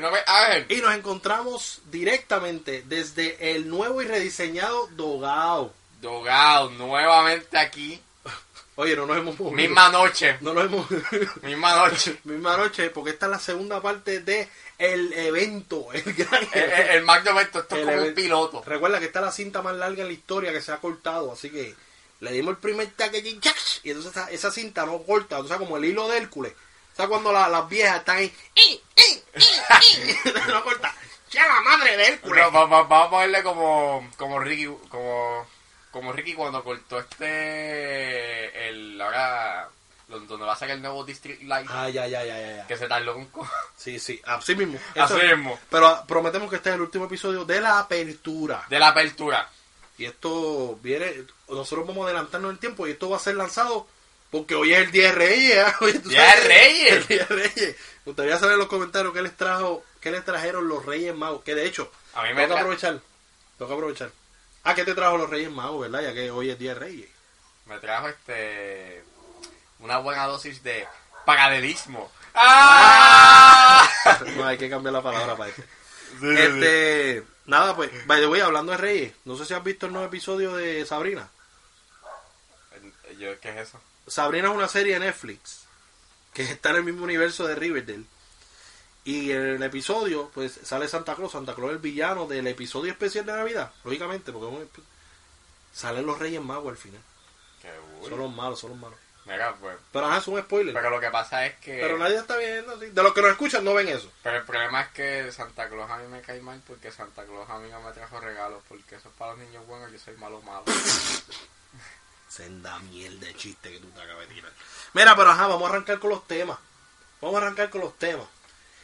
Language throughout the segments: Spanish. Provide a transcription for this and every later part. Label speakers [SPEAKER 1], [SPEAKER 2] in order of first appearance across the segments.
[SPEAKER 1] no me hagan.
[SPEAKER 2] Y nos encontramos directamente desde el nuevo y rediseñado Dogao.
[SPEAKER 1] Dogado, nuevamente aquí.
[SPEAKER 2] Oye, no nos hemos movido.
[SPEAKER 1] Misma noche.
[SPEAKER 2] No nos hemos
[SPEAKER 1] Misma noche.
[SPEAKER 2] Misma noche, porque esta es la segunda parte de el evento, el gran
[SPEAKER 1] El, el, el Magno Evento, Eh, esto es
[SPEAKER 2] El
[SPEAKER 1] como un
[SPEAKER 2] evento.
[SPEAKER 1] piloto.
[SPEAKER 2] Recuerda que esta es la cinta más larga en la historia que se ha cortado, así que le dimos el primer taque y ¡yac! y entonces esa, esa cinta no corta, o sea, como el hilo de Hércules. O sea, cuando la- las viejas están ahí, ¡i, i, i, i! no corta. ¡Ya la madre de Hércules!
[SPEAKER 1] No, va- va- vamos a ponerle como, como Ricky, como, como Ricky cuando cortó este el ahora lo- donde va a sacar el nuevo District Light,
[SPEAKER 2] Ah, ya, ya, ya, ya, ya.
[SPEAKER 1] que se tardó un co-
[SPEAKER 2] Sí, sí, así mismo.
[SPEAKER 1] Así
[SPEAKER 2] Eso-
[SPEAKER 1] mismo.
[SPEAKER 2] Pero prometemos que este es el último episodio de la apertura.
[SPEAKER 1] de la apertura.
[SPEAKER 2] Y esto viene, nosotros vamos a adelantarnos el tiempo y esto va a ser lanzado porque hoy es el Día de Reyes. ¿eh? Oye, ¿tú
[SPEAKER 1] Día de
[SPEAKER 2] sabes?
[SPEAKER 1] Reyes.
[SPEAKER 2] El Día de Reyes. Me gustaría saber en los comentarios qué les trajo, qué les trajeron los Reyes Magos. Que de hecho,
[SPEAKER 1] A mí me
[SPEAKER 2] tengo que
[SPEAKER 1] tra-
[SPEAKER 2] aprovechar. Tengo que aprovechar. Ah, ¿qué te trajo los Reyes Magos, verdad? Ya que hoy es Día de Reyes.
[SPEAKER 1] Me trajo este una buena dosis de paralelismo. ¡Ah!
[SPEAKER 2] No, hay que cambiar la palabra para este.
[SPEAKER 1] Sí, sí, sí.
[SPEAKER 2] Este, nada, pues, by the way, hablando de Reyes, no sé si has visto el nuevo episodio de Sabrina.
[SPEAKER 1] Yo, ¿Qué es eso?
[SPEAKER 2] Sabrina es una serie de Netflix que está en el mismo universo de Riverdale. Y en el episodio, pues sale Santa Claus. Santa Claus es el villano del episodio especial de Navidad, lógicamente, porque es un epi- salen los Reyes Magos al final.
[SPEAKER 1] Qué
[SPEAKER 2] Son
[SPEAKER 1] bueno.
[SPEAKER 2] los malos, son los malos.
[SPEAKER 1] Mira, pues.
[SPEAKER 2] Pero ajá, es un spoiler. Pero,
[SPEAKER 1] Pero eh, lo que pasa es que.
[SPEAKER 2] nadie está viendo. sí. De los que nos escuchan, no ven eso.
[SPEAKER 1] Pero el problema es que Santa Claus a mí me cae mal porque Santa Claus a mí no me trajo regalos porque eso es para los niños buenos, yo soy malo malo.
[SPEAKER 2] Senda mierda de chiste que tú te acabas de tirar. Mira, pero ajá, vamos a arrancar con los temas. Vamos a arrancar con los temas.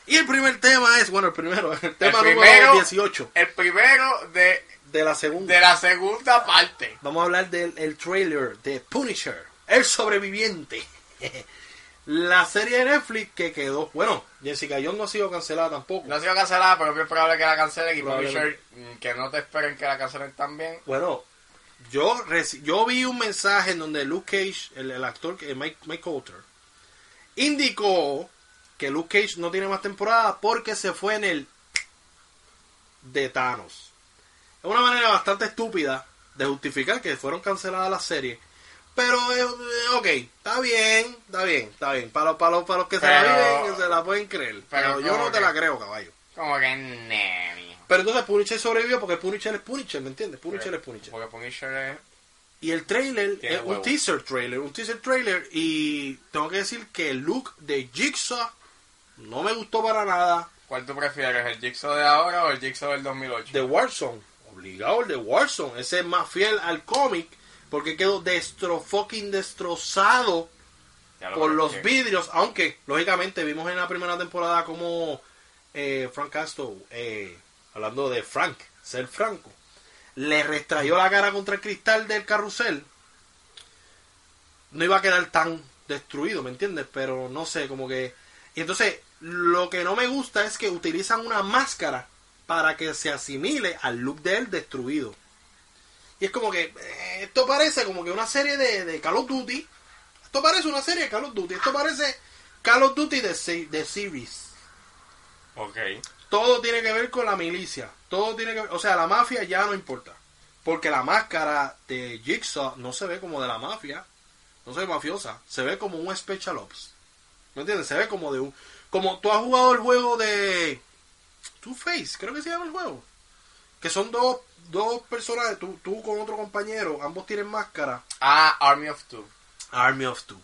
[SPEAKER 2] Y el primer tema es, bueno, el primero, el tema número
[SPEAKER 1] primero-
[SPEAKER 2] 18
[SPEAKER 1] El primero de,
[SPEAKER 2] de la segunda.
[SPEAKER 1] de la segunda parte.
[SPEAKER 2] Vamos a hablar del el trailer de Punisher, El Sobreviviente. La serie de Netflix que quedó. Bueno, Jessica Jones no ha sido cancelada tampoco.
[SPEAKER 1] No ha sido cancelada, pero es bien probable que la cancelen y
[SPEAKER 2] Probablemente.
[SPEAKER 1] Punisher, mm, que no te esperen que la cancelen también.
[SPEAKER 2] Bueno, yo reci- yo vi un mensaje en donde Luke Cage, el, el actor, que- Mike, Mike Coulter, indicó que Luke Cage no tiene más temporada porque se fue en el de Thanos. Es una manera bastante estúpida de justificar que fueron canceladas las series. Pero, eh, eh, ok, está bien, está bien, está bien. Para, los- para, los- para los que se la
[SPEAKER 1] Pero-
[SPEAKER 2] viven, que se la pueden creer. Pero,
[SPEAKER 1] pero
[SPEAKER 2] yo no
[SPEAKER 1] como
[SPEAKER 2] te
[SPEAKER 1] que-
[SPEAKER 2] la creo, caballo.
[SPEAKER 1] Como que ne, mijo.
[SPEAKER 2] Pero entonces Punisher sobrevivió porque Punisher es Punisher, ¿me entiendes? Punisher es Punisher.
[SPEAKER 1] Porque Punisher es...
[SPEAKER 2] Y el trailer
[SPEAKER 1] Tiene
[SPEAKER 2] es un
[SPEAKER 1] huevo.
[SPEAKER 2] teaser trailer, un teaser trailer. Y tengo que decir que el look de Jigsaw no me gustó para nada.
[SPEAKER 1] ¿Cuál tú prefieres, el Jigsaw de ahora o el Jigsaw del 2008?
[SPEAKER 2] De Warzone, obligado el de Warzone. Ese es más fiel al cómic porque quedó destro fucking destrozado
[SPEAKER 1] Ya lo
[SPEAKER 2] por
[SPEAKER 1] creo
[SPEAKER 2] los
[SPEAKER 1] que-
[SPEAKER 2] vidrios. Aunque, lógicamente, vimos en la primera temporada como eh, Frank Castle, eh, hablando de Frank, ser franco, le restrayó la cara contra el cristal del carrusel. No iba a quedar tan destruido, ¿me entiendes? Pero no sé, como que. Y entonces, lo que no me gusta es que utilizan una máscara para que se asimile al look de él destruido. Y es como que eh, esto parece como que una serie de, de Call of Duty. Esto parece una serie de Call of Duty. Esto parece Call of Duty de, se- de series.
[SPEAKER 1] Ok.
[SPEAKER 2] Todo tiene que ver con la milicia. Todo tiene que ver, o sea, la mafia ya no importa. Porque la máscara de Jigsaw no se ve como de la mafia. No se ve mafiosa. Se ve como un Special Ops. ¿Me entiendes? Se ve como de un... Como tú has jugado el juego de... Two Face, creo que se llama el juego. Que son dos, dos personajes, tú, tú con otro compañero, ambos tienen máscara.
[SPEAKER 1] Ah, Army of Two.
[SPEAKER 2] Army of Two.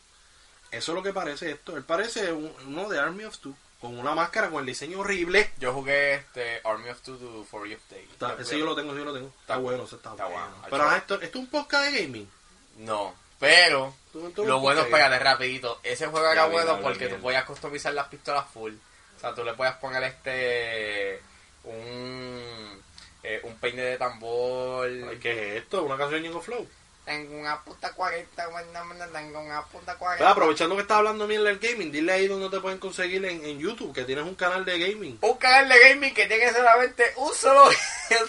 [SPEAKER 2] Eso es lo que parece esto. Él parece un- uno de Army of Two. Con una máscara con el diseño horrible.
[SPEAKER 1] Yo jugué este Army of Two to For You Day.
[SPEAKER 2] Está- ese yo lo tengo, ese yo lo tengo. Está
[SPEAKER 1] Está-
[SPEAKER 2] bueno, ese está,
[SPEAKER 1] está
[SPEAKER 2] bueno.
[SPEAKER 1] bueno.
[SPEAKER 2] Pero ajá, esto, esto es un podcast de gaming.
[SPEAKER 1] No, pero
[SPEAKER 2] Tú- tú-
[SPEAKER 1] lo bueno,
[SPEAKER 2] tú-
[SPEAKER 1] espérate rapidito, ese juego
[SPEAKER 2] Ya
[SPEAKER 1] era
[SPEAKER 2] vi,
[SPEAKER 1] bueno
[SPEAKER 2] dale,
[SPEAKER 1] porque
[SPEAKER 2] mierda.
[SPEAKER 1] tú podías customizar las pistolas full. O sea, tú le podías poner este un eh, un peine de tambor.
[SPEAKER 2] Ay, ¿Qué es esto? ¿Una canción de Ñengo Flow?
[SPEAKER 1] Tengo una puta 40, buena mierda, tengo una puta
[SPEAKER 2] Pero
[SPEAKER 1] 40.
[SPEAKER 2] aprovechando que estás hablando mierda del gaming, dile ahí donde te pueden conseguir en, en YouTube, que tienes un canal de gaming
[SPEAKER 1] Un canal de gaming que tiene solamente un solo, un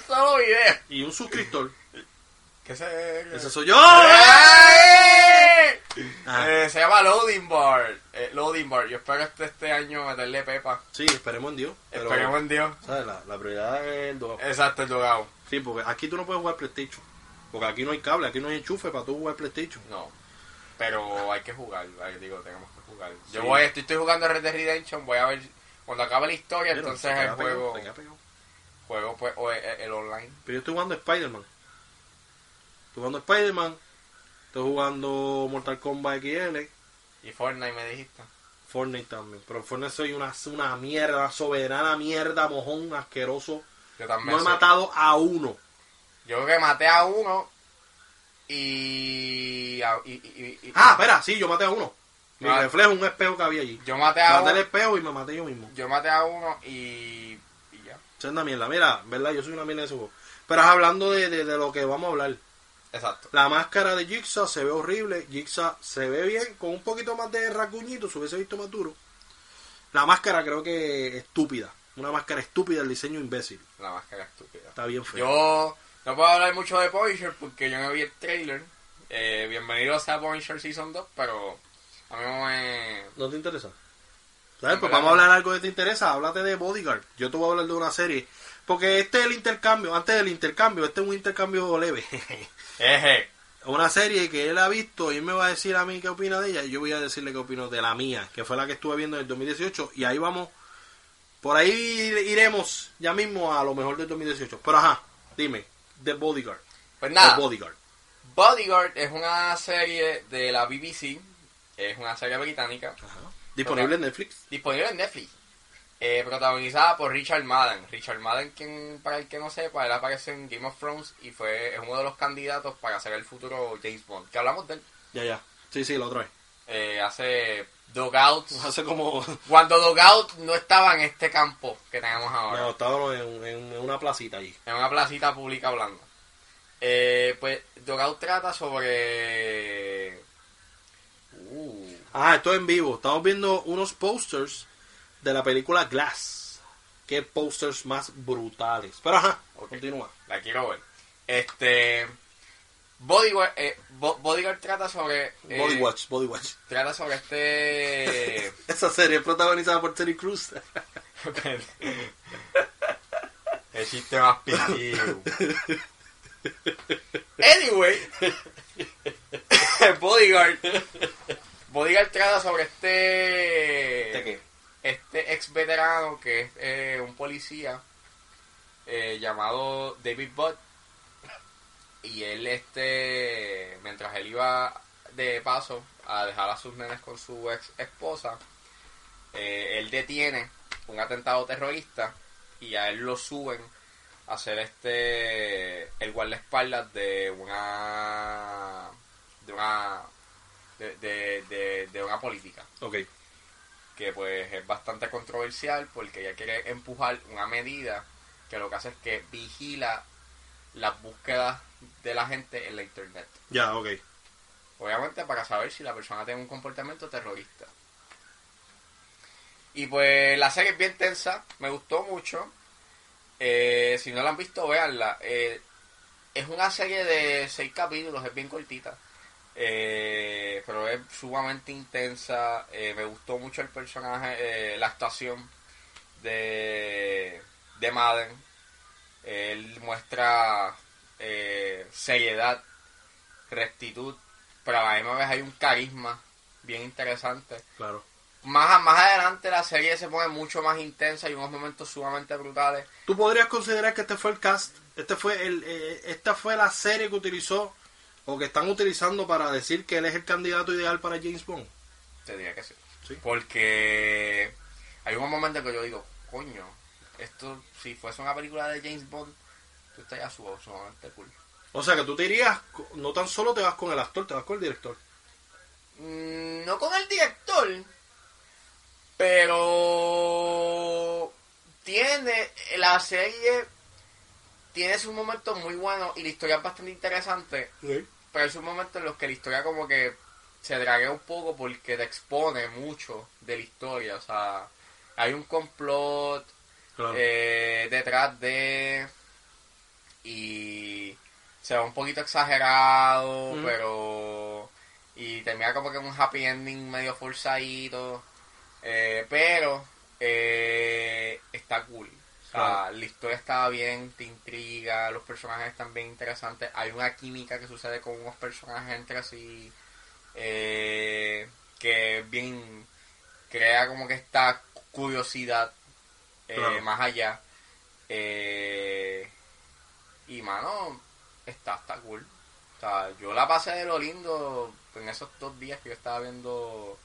[SPEAKER 1] solo video.
[SPEAKER 2] y un suscriptor.
[SPEAKER 1] ¿Qué se
[SPEAKER 2] Ese soy yo.
[SPEAKER 1] ¡Ay!
[SPEAKER 2] Ajá.
[SPEAKER 1] Eh, se llama Loading Bar. Eh, Loading Bar. Yo espero este, este año meterle pepa.
[SPEAKER 2] Sí, esperemos en Dios. Pero,
[SPEAKER 1] Esperemos en Dios.
[SPEAKER 2] ¿sabes? La, la prioridad es el dogado.
[SPEAKER 1] Exacto, el jugado.
[SPEAKER 2] Sí, porque aquí tú no puedes jugar PlayStation. Porque aquí no hay cable, aquí no hay enchufe para tú jugar PlayStation.
[SPEAKER 1] No. Pero hay que jugar. hay- Digo, tenemos que jugar. Yo voy, estoy, estoy jugando Red Dead Redemption. Voy a ver cuando acabe la historia.
[SPEAKER 2] Pero
[SPEAKER 1] entonces
[SPEAKER 2] se
[SPEAKER 1] el
[SPEAKER 2] queda pegado,
[SPEAKER 1] juego,
[SPEAKER 2] se queda pegado.
[SPEAKER 1] juego pues, o el, el online.
[SPEAKER 2] Pero yo estoy jugando Spider-Man. Estoy jugando Spider-Man. Estoy jugando Mortal Kombat XL.
[SPEAKER 1] Y Fortnite me dijiste.
[SPEAKER 2] Fortnite también. Pero Fortnite soy una, una mierda, soberana mierda, mojón, asqueroso.
[SPEAKER 1] Yo también.
[SPEAKER 2] No he
[SPEAKER 1] soy-
[SPEAKER 2] matado a uno.
[SPEAKER 1] Yo creo que maté a uno. Y. a- y- y- y- y-
[SPEAKER 2] Ah, espera, sí, yo maté a uno. Mi
[SPEAKER 1] Ah.
[SPEAKER 2] reflejo es un espejo que había allí.
[SPEAKER 1] Yo maté a
[SPEAKER 2] Maté el
[SPEAKER 1] uno.
[SPEAKER 2] espejo y me maté yo mismo.
[SPEAKER 1] Yo maté a uno y. Y ya.
[SPEAKER 2] Eso es una mierda. Mira, ¿verdad? Yo soy una mierda de ese juego. Pero hablando de, de- de lo que vamos a hablar.
[SPEAKER 1] Exacto.
[SPEAKER 2] La máscara de Jigsaw se ve horrible. Jigsaw se ve bien. Con un poquito más de rasguñito se hubiese visto más duro. La máscara creo que estúpida. Una máscara estúpida, el diseño imbécil.
[SPEAKER 1] La máscara estúpida.
[SPEAKER 2] Está bien feo.
[SPEAKER 1] Yo no puedo hablar mucho de Punisher porque yo no vi el trailer. Eh, bienvenidos a Punisher Season 2, pero a mí no me...
[SPEAKER 2] ¿No te interesa? ¿Sabes? Pues
[SPEAKER 1] Claro.
[SPEAKER 2] vamos a hablar algo que te interesa. Háblate de Bodyguard. Yo te voy a hablar de una serie. Porque este es el intercambio. Antes del intercambio, este es un intercambio leve.
[SPEAKER 1] Eje,
[SPEAKER 2] una serie que él ha visto y él me va a decir a mí qué opina de ella. Y yo voy a decirle qué opino de la mía, que fue la que estuve viendo en el 2018. Y ahí vamos. Por ahí iremos ya mismo a lo mejor del 2018. Pero ajá, dime. The Bodyguard.
[SPEAKER 1] pues
[SPEAKER 2] The
[SPEAKER 1] nada,
[SPEAKER 2] Bodyguard.
[SPEAKER 1] Bodyguard es una serie de la BBC, es una serie británica,
[SPEAKER 2] Ajá. Disponible en Netflix.
[SPEAKER 1] disponible en Netflix, eh, protagonizada por Richard Madden. Richard Madden, quien, para el que no sepa, él aparece en Game of Thrones y fue, es uno de los candidatos para ser el futuro James Bond, que hablamos de él
[SPEAKER 2] Ya, ya. Sí, sí, la otra vez.
[SPEAKER 1] eh, hace Dogout,
[SPEAKER 2] Hace como...
[SPEAKER 1] cuando Dogout no estaba en este campo que tenemos ahora.
[SPEAKER 2] No, estábamos en, en una placita allí.
[SPEAKER 1] en una placita pública hablando. Eh, pues Dogout trata sobre... Uh,
[SPEAKER 2] Ah, esto es en vivo. Estamos viendo unos posters de la película Glass. Qué posters más brutales. Pero ajá,
[SPEAKER 1] Ok.
[SPEAKER 2] continúa.
[SPEAKER 1] la quiero ver. Este... Bodyguard, eh, Bo- Bodyguard trata sobre... eh,
[SPEAKER 2] Body Watch, Body Watch.
[SPEAKER 1] Trata sobre este...
[SPEAKER 2] Esa serie es protagonizada por Terry Cruz.
[SPEAKER 1] El chiste más piquillo. Anyway, Bodyguard. Bodyguard trata sobre este. Este ex veterano que es eh, un policía eh, llamado David Butt. Y él, este. Mientras él iba de paso a dejar a sus nenes con su ex esposa, eh, él detiene un atentado terrorista y a él lo suben a ser este el guardaespaldas de una de una de, de- de- de una política
[SPEAKER 2] Ok.
[SPEAKER 1] que pues es bastante controversial porque ella quiere empujar una medida que lo que hace es que vigila las búsquedas de la gente en la internet
[SPEAKER 2] Ya, ok.
[SPEAKER 1] Obviamente para saber si la persona tiene un comportamiento terrorista. Y pues la serie es bien tensa, me gustó mucho. Eh, si no la han visto, véanla. Eh, es una serie de seis capítulos, es bien cortita. Eh, pero es sumamente intensa. Eh, me gustó mucho el personaje, eh, la actuación de, de Madden. Eh, Él muestra eh, seriedad, rectitud, pero a la misma vez hay un carisma bien interesante.
[SPEAKER 2] Claro.
[SPEAKER 1] Más, a- más adelante la serie se pone mucho más intensa y unos momentos sumamente brutales.
[SPEAKER 2] ¿Tú podrías considerar que este fue el cast? Este fue el, eh, esta fue la serie que utilizó o que están utilizando para decir que él es el candidato ideal para James Bond.
[SPEAKER 1] Te diría que sí.
[SPEAKER 2] Sí.
[SPEAKER 1] Porque hay un momento que yo digo, coño, esto si fuese una película de James Bond, tú estarías su- sumamente cool.
[SPEAKER 2] O sea que tú te irías, co- no tan solo te vas con el actor, te vas con el director.
[SPEAKER 1] Mm, No con el director, pero tiene la serie tiene sus momentos muy buenos y la historia es bastante interesante. pero es un momento en los que la historia como que se draguea un poco porque te expone mucho de la historia. O sea, hay un complot
[SPEAKER 2] Claro.
[SPEAKER 1] eh, detrás de... Y se va un poquito exagerado,
[SPEAKER 2] Ujú.
[SPEAKER 1] pero Y termina como que un happy ending medio forzadito. Eh, pero eh, está cool. O sea,
[SPEAKER 2] Claro.
[SPEAKER 1] la historia está bien, te intriga, los personajes están bien interesantes. Hay una química que sucede con unos personajes entre sí. eh, que es bien crea como que esta curiosidad eh,
[SPEAKER 2] Claro.
[SPEAKER 1] más allá. Eh, y mano, está, está cool. O sea, yo la pasé de lo lindo en esos dos días que yo estaba viendo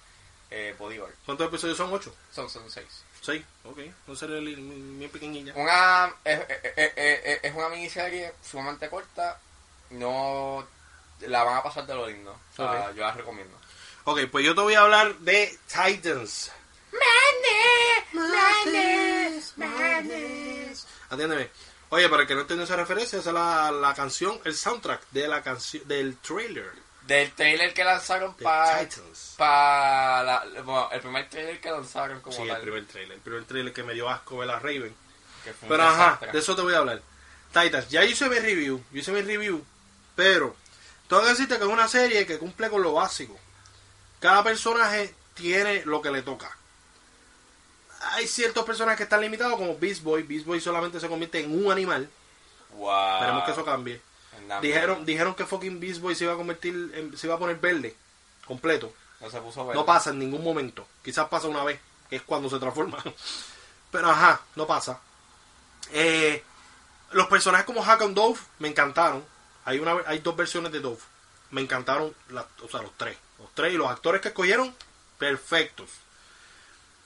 [SPEAKER 1] eh, Bodyguard.
[SPEAKER 2] ¿Cuántos episodios son? ¿Ocho?
[SPEAKER 1] Son, son seis.
[SPEAKER 2] ¿Seis? Ok. Entonces es bien pequeñilla.
[SPEAKER 1] Una, es, eh, es- es- es- es una miniserie sumamente corta. No la van a pasar de lo lindo. O sea,
[SPEAKER 2] Ok.
[SPEAKER 1] Yo la recomiendo.
[SPEAKER 2] Ok, pues yo te voy a hablar de Titans. Madness, madness. Atiéndeme. Oye, para el que no entienda esa referencia, esa es la, la canción, el soundtrack de la canción, del trailer
[SPEAKER 1] Del trailer que lanzaron
[SPEAKER 2] de
[SPEAKER 1] para
[SPEAKER 2] Titans.
[SPEAKER 1] Pa la, bueno, el primer trailer que lanzaron como
[SPEAKER 2] Sí,
[SPEAKER 1] tal.
[SPEAKER 2] el primer trailer. El primer trailer que me dio asco ver la Raven.
[SPEAKER 1] que fue un
[SPEAKER 2] Pero ajá,
[SPEAKER 1] desastre.
[SPEAKER 2] de eso te voy a hablar. Titans, ya hice mi review, yo hice mi review, pero tengo que decirte que es una serie que cumple con lo básico. Cada personaje tiene lo que le toca. Hay ciertos personajes que están limitados, como Beast Boy. Beast Boy solamente se convierte en un animal.
[SPEAKER 1] Wow.
[SPEAKER 2] Esperemos que eso cambie.
[SPEAKER 1] Anda,
[SPEAKER 2] Dijeron, dijeron que fucking Beast Boy se iba a convertir, en- se iba a poner verde, completo.
[SPEAKER 1] No se puso verde.
[SPEAKER 2] No pasa en ningún momento. Quizás pasa una vez, que es cuando se transforma. Pero ajá, no pasa. Eh, los personajes como Hack and Dove me encantaron. Hay una hay dos versiones de Dove. Me encantaron las- o sea, los tres. Los tres y los actores que escogieron, perfectos.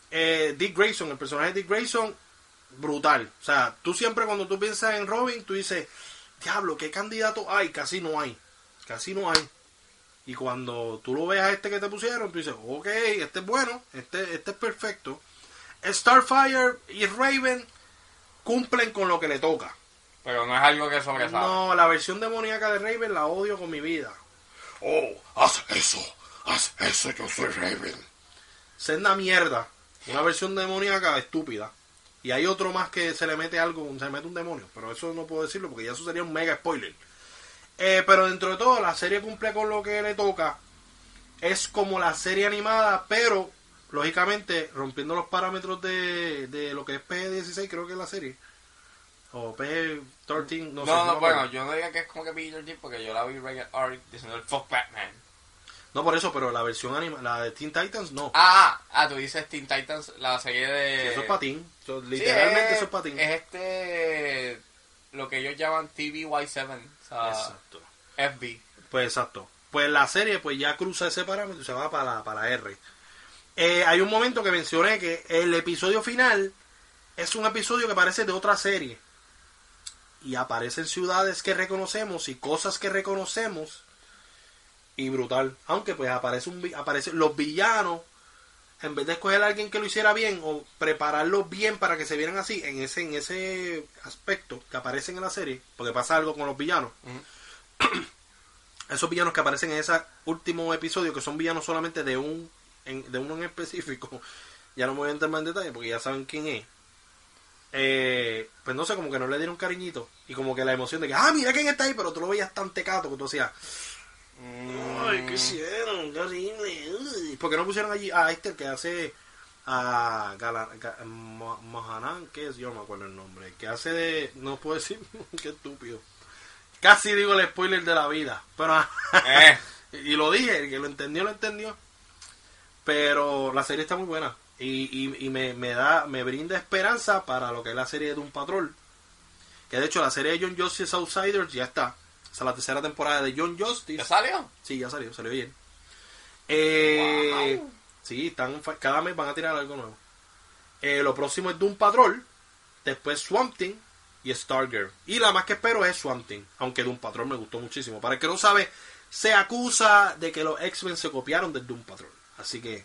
[SPEAKER 2] Eh, Dick Grayson, el personaje de Dick Grayson, brutal. O sea, tú siempre cuando tú piensas en Robin, tú dices, diablo, ¿qué candidato hay? Casi no hay. Casi no hay. Y cuando tú lo ves a este que te pusieron, tú dices, ok, este es bueno, este, este es perfecto. Starfire y Raven cumplen con lo que le toca.
[SPEAKER 1] Pero no es algo que sobresale.
[SPEAKER 2] No, la versión demoníaca de Raven la odio con mi vida. Oh, haz eso, haz eso, yo soy Raven. Senda mierda. Una versión demoníaca estúpida. Y hay otro más que se le mete algo, se le mete un demonio. Pero eso no puedo decirlo porque ya eso sería un mega spoiler. Eh, pero dentro de todo, la serie cumple con lo que le toca. Es como la serie animada, pero lógicamente rompiendo los parámetros de, de lo que es PG-16, creo que es la serie. O PG-13, no,
[SPEAKER 1] No,
[SPEAKER 2] sé.
[SPEAKER 1] no,
[SPEAKER 2] me acuerdo.
[SPEAKER 1] bueno, yo no diga que es como que Peter G porque yo la vi Rated R diciendo el fuck Batman.
[SPEAKER 2] No por eso, pero la versión anima, la de Teen Titans, no.
[SPEAKER 1] Ah, ah, tú dices Teen Titans, la serie de...
[SPEAKER 2] eso es patín. Eso-
[SPEAKER 1] Sí,
[SPEAKER 2] literalmente
[SPEAKER 1] es-
[SPEAKER 2] eso es patín.
[SPEAKER 1] Es este... Lo que ellos llaman TVY7. O sea,
[SPEAKER 2] Exacto.
[SPEAKER 1] FB.
[SPEAKER 2] Pues exacto. Pues la serie pues ya cruza ese parámetro y se va para, para R. Eh, hay un momento que mencioné que el episodio final es un episodio que parece de otra serie. Y aparecen ciudades que reconocemos y cosas que reconocemos. Y brutal. Aunque pues aparece un vi- aparece los villanos. En vez de escoger a alguien que lo hiciera bien o prepararlos bien para que se vieran así, en ese, en ese aspecto que aparecen en la serie, porque pasa algo con los villanos, esos villanos que aparecen en ese último episodio, que son villanos solamente de un en- de uno en específico, ya no me voy a entrar más en detalle porque ya saben quién es. Eh, pues no sé, como que no le dieron cariñito y como que la emoción de que, ah, mira quién está ahí, pero tú lo veías tan tecato que tú "Mm". hacías, ay, ¿qué hicieron? Qué horrible. uy". Porque no pusieron allí a este el que hace a Gala, Ga- Mo- Mohanan, que es, yo no me acuerdo el nombre, el que hace de, no puedo decir, qué estúpido. Casi digo el spoiler de la vida, pero
[SPEAKER 1] Eh,
[SPEAKER 2] y lo dije, el que lo entendió, lo entendió. Pero la serie está muy buena. Y, y- y me, me da, me brinda esperanza para lo que es la serie de un Patrol. Que de hecho la serie de John Justice Outsiders ya está. O sea, la tercera temporada de John Justice.
[SPEAKER 1] ¿Ya salió?
[SPEAKER 2] Sí, ya salió, salió bien. Eh,
[SPEAKER 1] Wow.
[SPEAKER 2] Sí, están, fa- cada mes van a tirar algo nuevo. Eh, lo próximo es Doom Patrol, después Swamp Thing y Stargirl. Y la más que espero es Swamp Thing, aunque Doom Patrol me gustó muchísimo. Para el que no sabe, se acusa de que los X-Men se copiaron del Doom Patrol. Así que,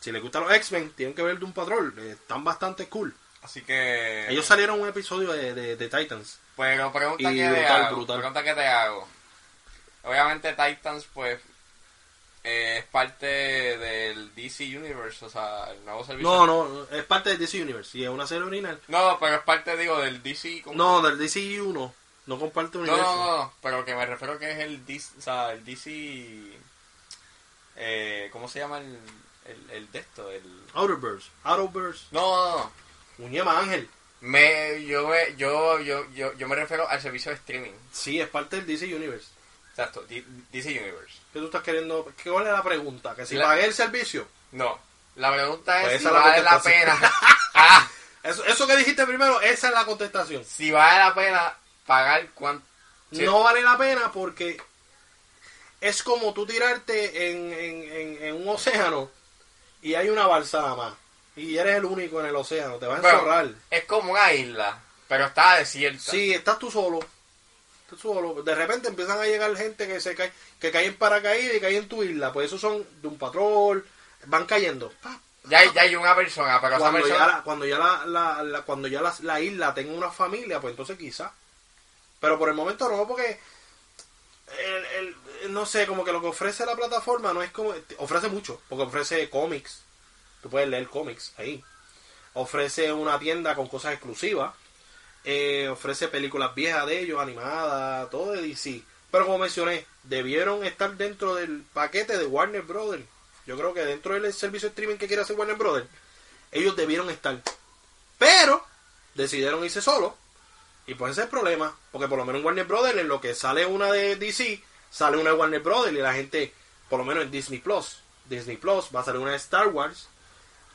[SPEAKER 2] si les gustan los X-Men, tienen que ver Doom Patrol. eh, están bastante cool.
[SPEAKER 1] Así que...
[SPEAKER 2] Ellos salieron un episodio de, de- de Titans.
[SPEAKER 1] Pero pregunta
[SPEAKER 2] Y
[SPEAKER 1] que te
[SPEAKER 2] brutal,
[SPEAKER 1] hago.
[SPEAKER 2] brutal.
[SPEAKER 1] Pregunta que te hago. Obviamente Titans pues eh, es parte del DC Universe, o sea, el nuevo
[SPEAKER 2] No,
[SPEAKER 1] servicio.
[SPEAKER 2] no, es parte de DC Universe y es una serie original.
[SPEAKER 1] No, no, pero es parte, digo, del DC. como-
[SPEAKER 2] No, del DCU no. No comparte
[SPEAKER 1] no, no,
[SPEAKER 2] universo.
[SPEAKER 1] no, no, pero que me refiero que es el DC, o sea, el DC eh, ¿Cómo se llama el, el, el de esto? El...
[SPEAKER 2] Outer Burst. Outer Burst.
[SPEAKER 1] No, no, no.
[SPEAKER 2] Muñema Ángel.
[SPEAKER 1] Me, yo, me, yo, yo, yo, yo me refiero al servicio de streaming.
[SPEAKER 2] Sí, es parte del DC Universe.
[SPEAKER 1] Exacto, D- DC Universe.
[SPEAKER 2] ¿Qué tú estás queriendo? ¿Qué- ¿Cuál es la pregunta? ¿Que si
[SPEAKER 1] La-
[SPEAKER 2] pagué el servicio?
[SPEAKER 1] No, la pregunta es
[SPEAKER 2] Pues
[SPEAKER 1] si
[SPEAKER 2] esa es la
[SPEAKER 1] vale la pena.
[SPEAKER 2] contestación.
[SPEAKER 1] Ah,
[SPEAKER 2] Eso, eso que dijiste primero, esa es la contestación.
[SPEAKER 1] si vale la pena pagar cuánto. Sí.
[SPEAKER 2] No vale la pena porque es como tú tirarte en, en- en- en un océano y hay una balsa nada más. Y eres el único en el océano, te vas a
[SPEAKER 1] Bueno,
[SPEAKER 2] encerrar.
[SPEAKER 1] es como una isla, pero está desierta.
[SPEAKER 2] Sí, estás tú solo. Estás solo. De repente empiezan a llegar gente que se cae, que cae en paracaídas y cae en tu isla. Pues esos son de un patrón, van cayendo. Pa,
[SPEAKER 1] Ya, hay- ya hay una persona, pero esa
[SPEAKER 2] Cuando ya,
[SPEAKER 1] persona.
[SPEAKER 2] la, cuando ya, la, la- la- cuando ya la, la isla tenga una familia, pues entonces quizá. Pero por el momento no, porque el- el- no sé, como que lo que ofrece la plataforma no es como... Ofrece mucho, porque ofrece cómics. Tú puedes leer cómics ahí. Ofrece una tienda con cosas exclusivas. Eh, ofrece películas viejas de ellos, animadas, todo de DC. Pero como mencioné, debieron estar dentro del paquete de Warner Brothers. Yo creo que dentro del servicio de streaming que quiere hacer Warner Brothers, ellos debieron estar. Pero decidieron irse solo. Y pues ese es el problema. Porque por lo menos en Warner Brothers, en lo que sale una de DC, sale una de Warner Brothers. Y la gente, por lo menos en Disney Plus, Disney Plus va a salir una de Star Wars.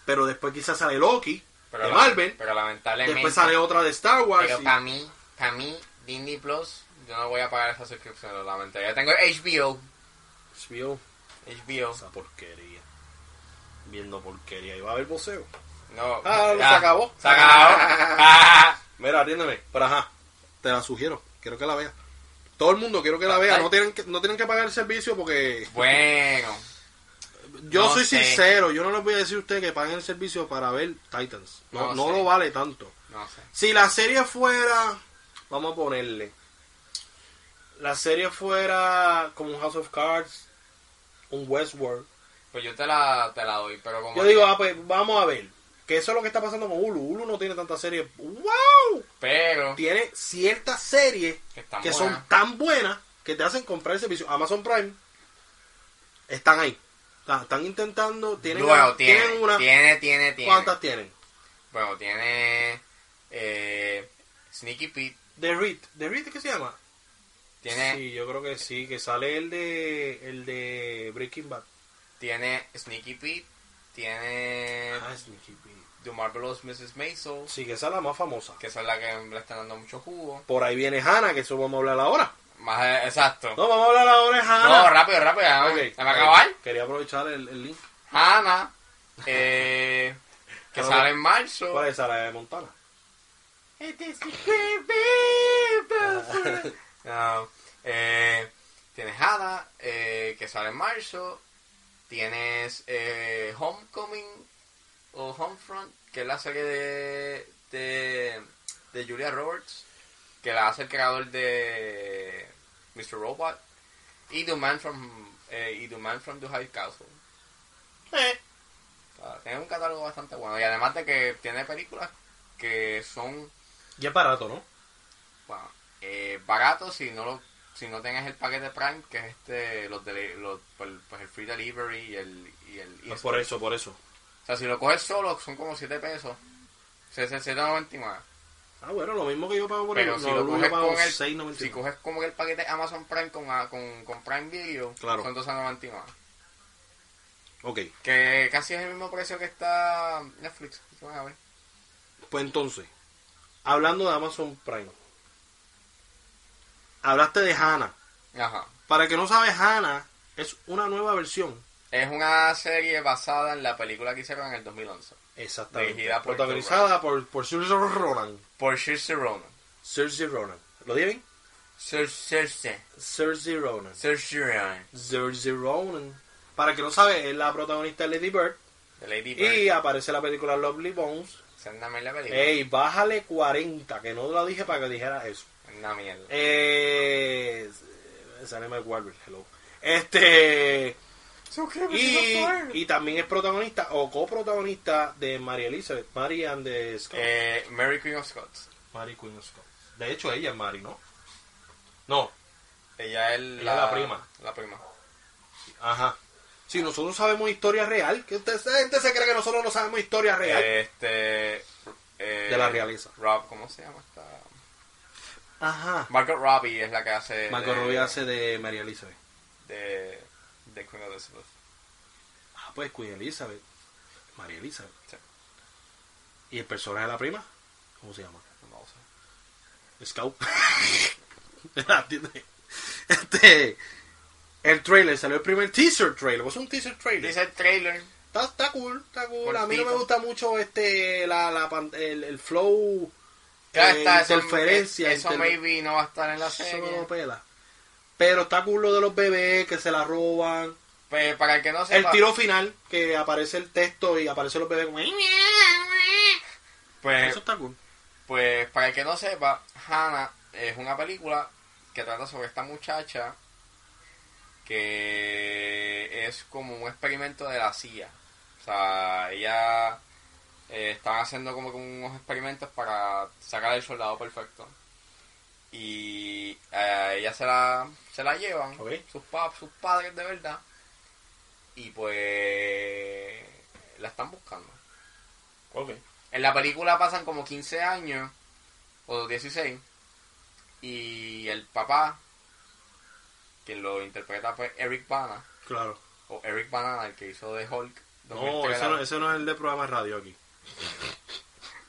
[SPEAKER 2] Pero después quizás sale Loki
[SPEAKER 1] Pero,
[SPEAKER 2] de
[SPEAKER 1] la-
[SPEAKER 2] Marvel.
[SPEAKER 1] pero lamentablemente.
[SPEAKER 2] Después sale otra de Star Wars.
[SPEAKER 1] Pero
[SPEAKER 2] y-
[SPEAKER 1] para mí, para mí, Disney Plus, yo no voy a pagar esa suscripción, lo lamento. Ya tengo HBO.
[SPEAKER 2] HBO,
[SPEAKER 1] HBO.
[SPEAKER 2] esa porquería. Viendo porquería. Y va a haber voceo.
[SPEAKER 1] No.
[SPEAKER 2] Ah, se acabó.
[SPEAKER 1] Se acabó. Ah.
[SPEAKER 2] Mira, atiéndeme. Pero ajá, te la sugiero. Quiero que la veas. Todo el mundo quiero que la vea. No tienen que, no tienen que pagar el servicio porque...
[SPEAKER 1] Bueno.
[SPEAKER 2] Yo
[SPEAKER 1] No
[SPEAKER 2] soy
[SPEAKER 1] sé.
[SPEAKER 2] sincero. Yo no les voy a decir a ustedes que paguen el servicio para ver Titans. No,
[SPEAKER 1] No
[SPEAKER 2] no
[SPEAKER 1] sé.
[SPEAKER 2] lo vale tanto.
[SPEAKER 1] No sé.
[SPEAKER 2] Si la serie fuera... Vamos a ponerle. La serie fuera como un House of Cards, un Westworld.
[SPEAKER 1] Pues yo te la, te la doy, pero como.
[SPEAKER 2] Yo digo, ah, pues vamos a ver. Que eso es lo que está pasando con Hulu. Hulu no tiene tantas series. ¡Wow!
[SPEAKER 1] Pero.
[SPEAKER 2] Tiene ciertas series
[SPEAKER 1] Que están
[SPEAKER 2] que
[SPEAKER 1] buenas.
[SPEAKER 2] son tan buenas que te hacen comprar el servicio. Amazon Prime están ahí. O sea, están intentando. Tienen,
[SPEAKER 1] Luego tiene,
[SPEAKER 2] tienen una.
[SPEAKER 1] tiene, tiene, tiene.
[SPEAKER 2] ¿Cuántas tienen?
[SPEAKER 1] Bueno, tiene. Eh, Sneaky Pete.
[SPEAKER 2] The Reed. ¿The Reed qué se llama?
[SPEAKER 1] Tiene,
[SPEAKER 2] Sí, yo creo que sí. Que sale el de, el de Breaking Bad.
[SPEAKER 1] tiene Sneaky Pete. Tiene.
[SPEAKER 2] Ah, Sneaky Pete.
[SPEAKER 1] The Marvelous Mrs. Maisel.
[SPEAKER 2] Sí, que esa es la más famosa.
[SPEAKER 1] Que esa es la que le están dando mucho jugo.
[SPEAKER 2] Por ahí viene Hannah, que eso vamos a hablar ahora.
[SPEAKER 1] Más eh, exacto.
[SPEAKER 2] No, vamos a hablar ahora de Hannah.
[SPEAKER 1] No, rápido, rápido. ya me-
[SPEAKER 2] Ok.
[SPEAKER 1] ya me acabar.
[SPEAKER 2] Quería aprovechar el, el link.
[SPEAKER 1] Hannah. Eh, que
[SPEAKER 2] Ahora,
[SPEAKER 1] sale en marzo.
[SPEAKER 2] ¿Cuál es esa? La de Montana.
[SPEAKER 1] It is beautiful. Ah. No, eh, tienes Hada, eh, que sale en marzo. Tienes eh, Homecoming o Homefront, que es la serie de, de, de Julia Roberts, que la hace el creador de Mr. Robot. Y The Man from, eh, y The Man from the High Castle.
[SPEAKER 2] Eh.
[SPEAKER 1] Ah, tiene un catálogo bastante bueno. Y además de que tiene películas que son
[SPEAKER 2] Y es barato, ¿no?
[SPEAKER 1] Bueno, eh, barato si no lo si no tienes el paquete Prime, que es este los, deli- los pues, pues el free delivery y el y el
[SPEAKER 2] Pues por eso, por eso.
[SPEAKER 1] O sea, si lo coges solo son como 7 pesos. 7.99.
[SPEAKER 2] Ah, bueno, lo mismo que yo pago por
[SPEAKER 1] Pero
[SPEAKER 2] el
[SPEAKER 1] si
[SPEAKER 2] no,
[SPEAKER 1] lo
[SPEAKER 2] yo
[SPEAKER 1] coges
[SPEAKER 2] pago
[SPEAKER 1] con el
[SPEAKER 2] 6.99.
[SPEAKER 1] si coges como que el paquete Amazon Prime con a- con, con Prime Video,
[SPEAKER 2] Claro.
[SPEAKER 1] son 2.99.
[SPEAKER 2] Ok,
[SPEAKER 1] Que casi es el mismo precio que está Netflix. Tú vas a ver.
[SPEAKER 2] pues entonces, hablando de Amazon Prime, hablaste de Hannah.
[SPEAKER 1] Ajá.
[SPEAKER 2] Para el que no sabe, Hannah es una nueva versión.
[SPEAKER 1] Es una serie basada en la película que hicieron en el 2011
[SPEAKER 2] Exactamente.
[SPEAKER 1] Dirigida por
[SPEAKER 2] protagonizada por, por Saoirse Ronan.
[SPEAKER 1] por Saoirse Ronan.
[SPEAKER 2] Saoirse Ronan. ¿Lo dije bien?
[SPEAKER 1] Saoir- Saoirse
[SPEAKER 2] Saoirse Ronan.
[SPEAKER 1] Saoirse Ronan.
[SPEAKER 2] Saoirse Ronan. Para el que no sabe, es la protagonista de Lady Bird.
[SPEAKER 1] De Lady Bird.
[SPEAKER 2] Y aparece la película Lovely Bones.
[SPEAKER 1] Esa es una mierda película.
[SPEAKER 2] Ey, bájale 40, que no la dije para que dijera eso.
[SPEAKER 1] Es una mierda.
[SPEAKER 2] Eh, sale Mark Wahlberg, hello. Este y, y también es protagonista o coprotagonista de María Elizabeth, Mary and the Scots.
[SPEAKER 1] Eh, Mary Queen of Scots.
[SPEAKER 2] Mary Queen of Scots. De hecho ella es Mary, ¿no? No,
[SPEAKER 1] Ella es la,
[SPEAKER 2] es la prima.
[SPEAKER 1] La prima.
[SPEAKER 2] ajá. Si nosotros sabemos historia real, que usted, esa gente se cree que nosotros no sabemos historia real
[SPEAKER 1] Este. eh,
[SPEAKER 2] de la realeza.
[SPEAKER 1] Rob, ¿Cómo se llama esta?
[SPEAKER 2] Ajá.
[SPEAKER 1] Margot Robbie es la que hace.
[SPEAKER 2] Marco
[SPEAKER 1] de-
[SPEAKER 2] Robbie hace de María Elizabeth.
[SPEAKER 1] De, de Queen Elizabeth.
[SPEAKER 2] Ah, pues Queen Elizabeth. María Elizabeth.
[SPEAKER 1] Sí.
[SPEAKER 2] ¿Y el personaje de la prima? ¿Cómo se llama?
[SPEAKER 1] No lo sé.
[SPEAKER 2] Scout. ¿Entiendes? Este. El trailer salió el primer teaser trailer. Es un teaser trailer.
[SPEAKER 1] Dice el trailer.
[SPEAKER 2] Está, está cool, está cool. A mí no
[SPEAKER 1] Cortito.
[SPEAKER 2] me gusta mucho este la, la pan- el, el flow.
[SPEAKER 1] Ya
[SPEAKER 2] eh,
[SPEAKER 1] está, eso-
[SPEAKER 2] interferencia.
[SPEAKER 1] Eso,
[SPEAKER 2] inter-
[SPEAKER 1] maybe no va a estar en la
[SPEAKER 2] eso me
[SPEAKER 1] serie.
[SPEAKER 2] lo pela. Pero está cool lo de los bebés que se la roban.
[SPEAKER 1] Pero Pues, para el que no
[SPEAKER 2] El
[SPEAKER 1] sepa.
[SPEAKER 2] tiro final, que aparece el texto y aparecen los bebés. como,
[SPEAKER 1] Pues,
[SPEAKER 2] Eso está cool.
[SPEAKER 1] pues para el que no sepa, Hannah es una película que trata sobre esta muchacha que es como un experimento de la CIA. O sea, ella eh, están haciendo como que unos experimentos para sacar el soldado perfecto. Y eh, ella se la, se la llevan,
[SPEAKER 2] Ok.
[SPEAKER 1] sus, pa- sus padres de verdad. Y pues la están buscando. En la película pasan como 15 años o 16 y el papá, quien lo interpreta pues Eric Bana,
[SPEAKER 2] Claro.
[SPEAKER 1] o Eric Bana, el que hizo de Hulk.
[SPEAKER 2] No,
[SPEAKER 1] 2003,
[SPEAKER 2] ese no, ese no es el de programa de radio aquí.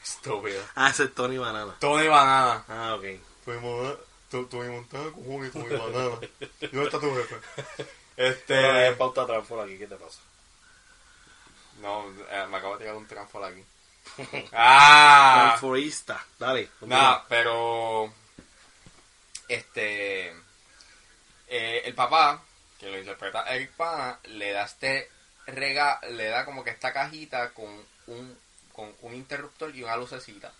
[SPEAKER 1] Estúpido.
[SPEAKER 2] Ah, ese es Tony Banana.
[SPEAKER 1] Tony Banana.
[SPEAKER 2] Ah, ok.
[SPEAKER 1] Tony Banana. Tony Montana, cojones, Tony Banana. ¿Y dónde está tu jefe? Este...
[SPEAKER 2] pauta atrás por aquí, ¿qué te pasa?
[SPEAKER 1] No, eh, me acabo de tirar un transfol aquí. ¡Ah!
[SPEAKER 2] Transforista. Dale.
[SPEAKER 1] Nada, pero. Este. eh, el papá, que lo interpreta Eric Pana, le da este rega, le da como que esta cajita con un, con un interruptor y una lucecita.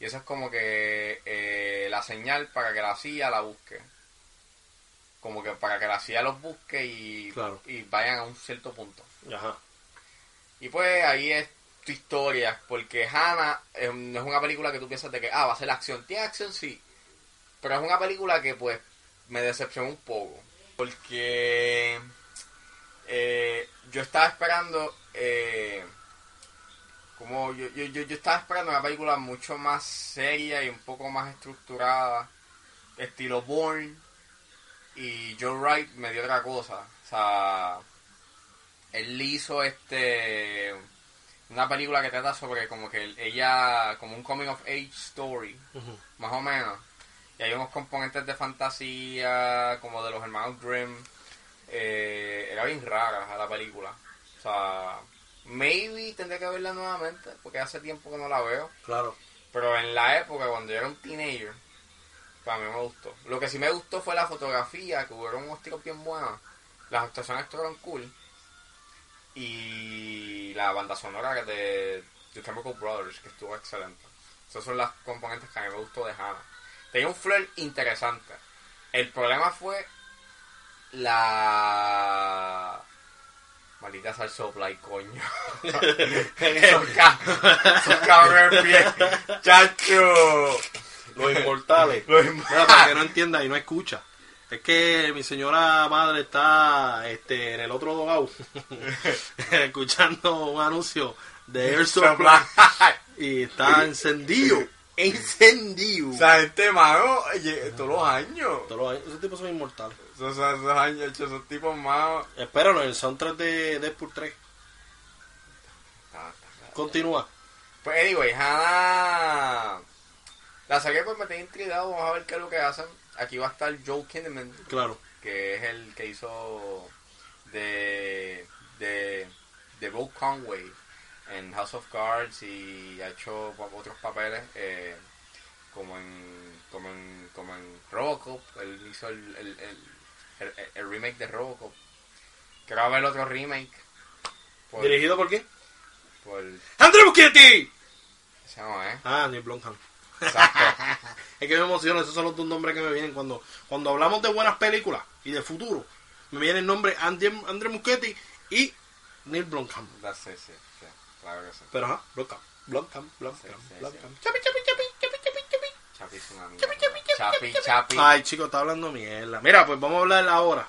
[SPEAKER 1] Y eso es como que eh, la señal para que la CIA la busque. Como que para que la CIA los busque y,
[SPEAKER 2] Claro.
[SPEAKER 1] y vayan a un cierto punto.
[SPEAKER 2] Ajá.
[SPEAKER 1] Y pues ahí es tu historia, porque Hannah eh, no es una película que tú piensas de que, ah, va a ser acción. Tiene acción, sí. Pero es una película que pues me decepcionó un poco. Porque eh, yo estaba esperando, eh, como yo, yo, yo, yo estaba esperando una película mucho más seria y un poco más estructurada, estilo Bourne. Y Joe Wright me dio otra cosa. O sea, él hizo este una película que trata sobre como que ella como un coming of age story
[SPEAKER 2] Ujú.
[SPEAKER 1] más o menos y hay unos componentes de fantasía como de los hermanos Grimm Eh, era bien rara la película o sea maybe tendré que verla nuevamente porque hace tiempo que no la veo
[SPEAKER 2] Claro.
[SPEAKER 1] pero en la época, cuando yo era un teenager, para mí me gustó. Lo que sí me gustó fue la fotografía, que hubieron unos tiros bien buenos. Las actuaciones estuvieron cool. Y la banda sonora de The Chemical Brothers, que estuvo excelente. Esos son las componentes que a mí me gustó de Hannah. Tenía un flair interesante. El problema fue la... Maldita salsoplay, coño. esos, ca- esos cabrones de pie. Chacho.
[SPEAKER 2] Los inmortales.
[SPEAKER 1] Los
[SPEAKER 2] Mira, para que no entienda y no escucha. Es que mi señora madre está este, en el otro dogado escuchando un anuncio de Air Supply y está encendido. encendido.
[SPEAKER 1] O sea, gente, mano, oye, todos los años.
[SPEAKER 2] Todos los años- Esos tipos son inmortales.
[SPEAKER 1] Esos, esos- esos años, hecho, esos tipos más.
[SPEAKER 2] Espéranos, el soundtrack de Deadpool 3. Continúa.
[SPEAKER 1] Pues, anyway, Hannah. La saqué pues me tenía intrigado. Vamos a ver qué es lo que hacen. Aquí va a estar Joe Kinnaman,
[SPEAKER 2] Claro.
[SPEAKER 1] que es el que hizo de. de. de Bo Conway en House of Cards y ha hecho otros papeles. eh, como en como en como en Robocop él hizo el, el, el, el- el remake de Robocop creo haber otro remake por,
[SPEAKER 2] ¿Dirigido por quién?
[SPEAKER 1] por
[SPEAKER 2] ¡Andrew Muschietti!
[SPEAKER 1] ese no es
[SPEAKER 2] Ah, Neil Blomkamp.
[SPEAKER 1] eh? exacto
[SPEAKER 2] Es que me emociona, esos son los dos nombres que me vienen cuando, cuando hablamos de buenas películas y de futuro. Me viene el nombre André, André Muschietti y Neil Blomkamp.
[SPEAKER 1] That's it, sí, sí, claro que sí
[SPEAKER 2] Pero ajá, Blomkamp, Blomkamp, Blomkamp,
[SPEAKER 1] Sí, sí, sí.
[SPEAKER 2] Blomkamp.
[SPEAKER 1] Chapi es una mierda. Chapi Chapi
[SPEAKER 2] Ay, chico, está hablando mierda. Mira, pues vamos a hablar ahora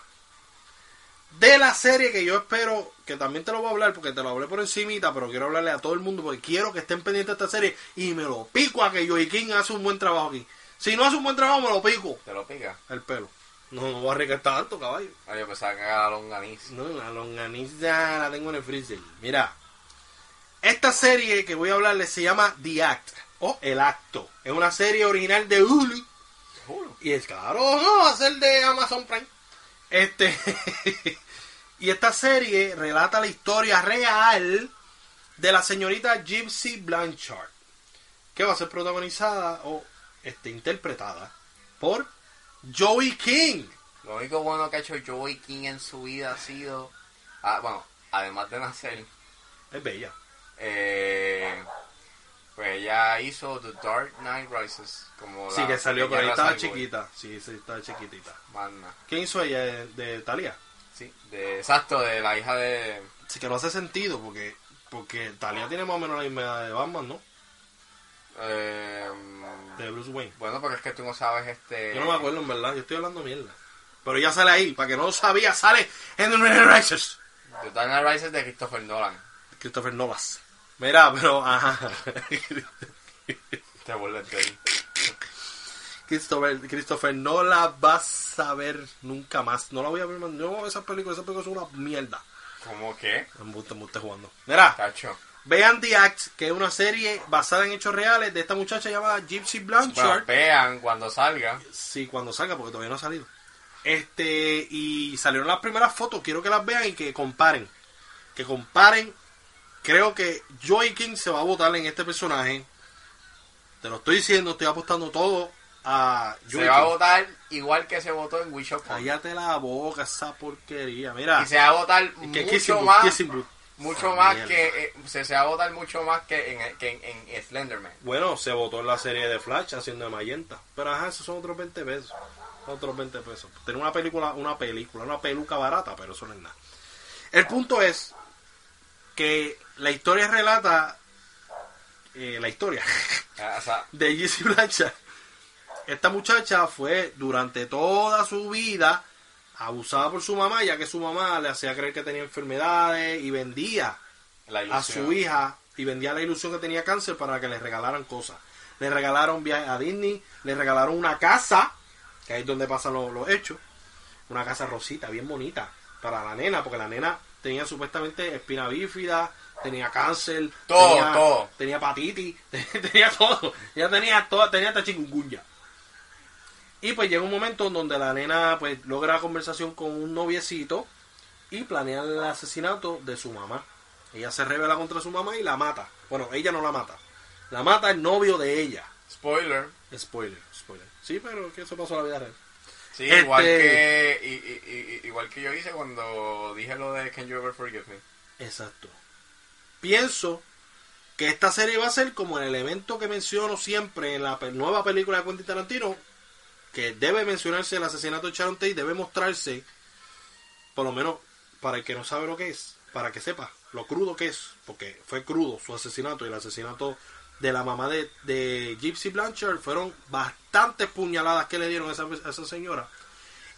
[SPEAKER 2] de la serie que yo espero, que también te lo voy a hablar porque te lo hablé por encimita, pero quiero hablarle a todo el mundo porque quiero que estén pendientes de esta serie y me lo pico a que Joey King hace un buen trabajo aquí. Si no hace un buen trabajo, me lo pico.
[SPEAKER 1] Te lo pica.
[SPEAKER 2] El pelo. No, no voy a arriesgar tanto, caballo.
[SPEAKER 1] Ah, yo pensaba que era la longaniz.
[SPEAKER 2] No, la longaniza la tengo en el freezer. Mira, esta serie que voy a hablarles se llama The Act o El Acto. Es una serie original de Hulu.
[SPEAKER 1] Juro.
[SPEAKER 2] Y es claro, no va a ser de Amazon Prime. Este. y esta serie relata la historia real de la señorita Gypsy Blanchard, que va a ser protagonizada o este, interpretada por Joey King.
[SPEAKER 1] Lo único bueno que ha hecho Joey King en su vida ha sido. ah, bueno, además de nacer,
[SPEAKER 2] Es bella.
[SPEAKER 1] eh, pues ella hizo The Dark Knight Rises. Como
[SPEAKER 2] Sí,
[SPEAKER 1] la
[SPEAKER 2] que salió, pero ahí
[SPEAKER 1] pequeña
[SPEAKER 2] estaba
[SPEAKER 1] Ra's al Ghul.
[SPEAKER 2] chiquita. Sí, sí, estaba chiquitita.
[SPEAKER 1] Magna.
[SPEAKER 2] ¿Quién hizo ella de, de Thalía?
[SPEAKER 1] Sí, de, exacto, de la hija de.
[SPEAKER 2] Sí, que no hace sentido porque, porque Talia tiene más o menos la misma edad de Batman, ¿no?
[SPEAKER 1] eh,
[SPEAKER 2] De Bruce Wayne.
[SPEAKER 1] bueno, pero es que tú no sabes este.
[SPEAKER 2] Yo no me acuerdo, en verdad. Yo estoy hablando mierda. Pero ya sale ahí. Para que no lo sabía, sale en The Rises.
[SPEAKER 1] The Dark Knight Rises de Christopher Nolan.
[SPEAKER 2] Christopher Novas. Mira, pero... Ajá.
[SPEAKER 1] Te vuelves de ahí.
[SPEAKER 2] Christopher, Christopher no la vas a ver nunca más. No la voy a ver más. Yo no voy a ver esas películas. Esas películas son una mierda.
[SPEAKER 1] ¿Cómo que?
[SPEAKER 2] Me gusta, me gusta jugando. Mira,
[SPEAKER 1] Cacho.
[SPEAKER 2] vean The Act, que es una serie basada en hechos reales de esta muchacha llamada Gypsy
[SPEAKER 1] Bueno,
[SPEAKER 2] Blanchard.
[SPEAKER 1] vean cuando salga.
[SPEAKER 2] Sí, cuando salga, porque todavía no ha salido. Este, y salieron las primeras fotos, quiero que las vean y que comparen. Que comparen. Creo que Joey King se va a votar en este personaje. Te lo estoy diciendo, estoy apostando todo a Joey
[SPEAKER 1] se va a
[SPEAKER 2] King.
[SPEAKER 1] votar igual que se votó en Wish Upon.
[SPEAKER 2] Cállate la boca esa porquería. Mira,
[SPEAKER 1] Y se va a votar
[SPEAKER 2] que
[SPEAKER 1] mucho
[SPEAKER 2] Kissing Booth,
[SPEAKER 1] más.
[SPEAKER 2] Kissing Booth.
[SPEAKER 1] Mucho
[SPEAKER 2] Ah,
[SPEAKER 1] más
[SPEAKER 2] mierda.
[SPEAKER 1] que. eh, se, se va a votar mucho más que en, eh, que en, en Slenderman.
[SPEAKER 2] Bueno, se votó en la serie de Flash haciendo de Magenta. Pero ajá, esos son otros 20 pesos. Otros 20 pesos. Tener una película, una película, una peluca barata, pero eso no es nada. El punto es que la historia relata eh, la historia
[SPEAKER 1] Ah, O sea,
[SPEAKER 2] de Jesse Blanchard. Esta muchacha fue durante toda su vida abusada por su mamá, ya que su mamá le hacía creer que tenía enfermedades y vendía
[SPEAKER 1] la ilusión.
[SPEAKER 2] a su hija y vendía la ilusión que tenía cáncer para que le regalaran cosas. Le regalaron viaje a Disney, le regalaron una casa, que ahí es donde pasan los, los hechos, una casa rosita, bien bonita, para la nena, porque la nena tenía supuestamente espina bífida, tenía cáncer,
[SPEAKER 1] Todo,
[SPEAKER 2] tenía,
[SPEAKER 1] todo.
[SPEAKER 2] tenía hepatitis, tenía todo, ella tenía todo, tenía hasta chikungunya. Y pues llega un momento en donde la nena pues logra conversación con un noviecito y planean el asesinato de su mamá. Ella se revela contra su mamá y la mata. Bueno, ella no la mata. La mata el novio de ella.
[SPEAKER 1] Spoiler.
[SPEAKER 2] Spoiler, spoiler. Sí, pero que eso pasó en la vida real.
[SPEAKER 1] Sí,
[SPEAKER 2] Este-
[SPEAKER 1] igual que. i- i- i- igual que yo hice cuando dije lo de Can You Ever Forgive Me.
[SPEAKER 2] Exacto. Pienso que esta serie va a ser como el elemento que menciono siempre en la pe- nueva película de Quentin Tarantino, que debe mencionarse el asesinato de Sharon Tate, debe mostrarse, por lo menos para el que no sabe lo que es, para que sepa lo crudo que es, porque fue crudo su asesinato y el asesinato de la mamá de, de Gypsy Blanchard fueron bastantes puñaladas que le dieron a esa, a esa señora.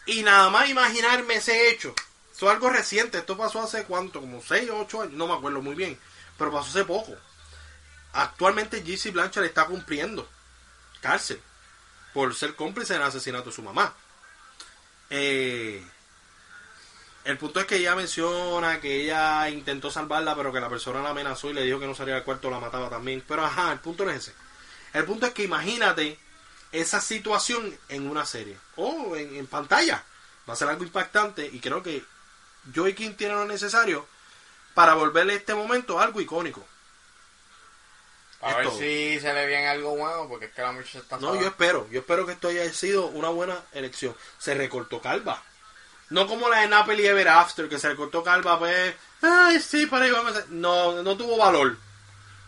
[SPEAKER 2] Y nada más imaginarme ese hecho. Eso es algo reciente. Esto pasó hace cuánto, como 6 o 8 años. No me acuerdo muy bien. Pero pasó hace poco. Actualmente GC Blanchard está cumpliendo cárcel por ser cómplice del asesinato de su mamá. Eh, el punto es que ella menciona que ella intentó salvarla, pero que la persona la amenazó y le dijo que no salía del cuarto, la mataba también. Pero ajá, el punto no es ese. El punto es que imagínate esa situación en una serie o en, en pantalla. Va a ser algo impactante y creo que Joey King tiene lo necesario para volverle este momento algo icónico.
[SPEAKER 1] A
[SPEAKER 2] Es
[SPEAKER 1] ver
[SPEAKER 2] todo.
[SPEAKER 1] si se le viene algo bueno, porque es que la muchacha está.
[SPEAKER 2] No, yo espero, yo espero que esto haya sido una buena elección. Se recortó calva. No como la de Napoli Ever After, que se recortó calva, pues. Ay, sí, para ahí vamos a hacer". No, no tuvo valor.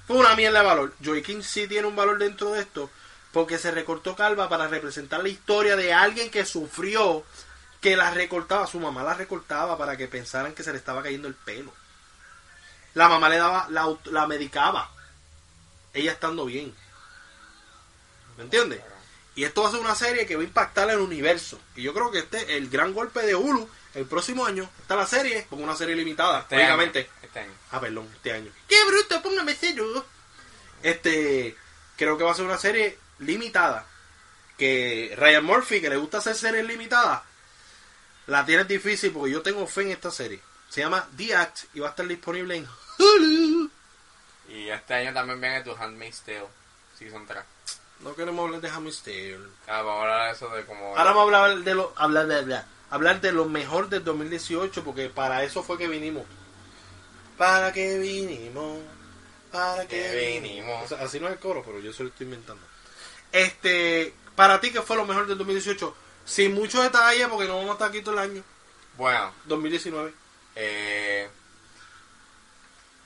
[SPEAKER 2] Fue una mierda de valor. Joey King sí tiene un valor dentro de esto, porque se recortó calva para representar la historia de alguien que sufrió, que la recortaba, su mamá la recortaba para que pensaran que se le estaba cayendo el pelo. La mamá le daba, la, aut- la medicaba, ella estando bien. ¿Me entiendes? Y esto va a ser una serie que va a impactar el universo. Y yo creo que este, el gran golpe de Hulu el próximo año está la serie, con una serie limitada,
[SPEAKER 1] Este
[SPEAKER 2] lógicamente.
[SPEAKER 1] año, este año.
[SPEAKER 2] Ah, perdón, este año. ¡Qué bruto! Póngame cero. Este, creo que va a ser una serie limitada. Que Ryan Murphy, que le gusta hacer series limitadas, la tiene difícil porque yo tengo fe en esta serie. Se llama The Act y va a estar disponible en Hulu.
[SPEAKER 1] Y este año también viene tu Handmaid's Tale, Season 3.
[SPEAKER 2] No queremos hablar de Hammy's Tale.
[SPEAKER 1] Ah, vamos a hablar de eso de como...
[SPEAKER 2] Ahora vamos a hablar de lo, hablar de, hablar, hablar de lo mejor del 2018 porque para eso fue que vinimos. Para que vinimos. Para que
[SPEAKER 1] Que vinimos.
[SPEAKER 2] O sea, así no es el coro, pero yo se lo estoy inventando. Este, para ti que fue lo mejor del 2018, sin mucho detalle porque no vamos a estar aquí todo el año
[SPEAKER 1] Bueno,
[SPEAKER 2] 2019.
[SPEAKER 1] eh,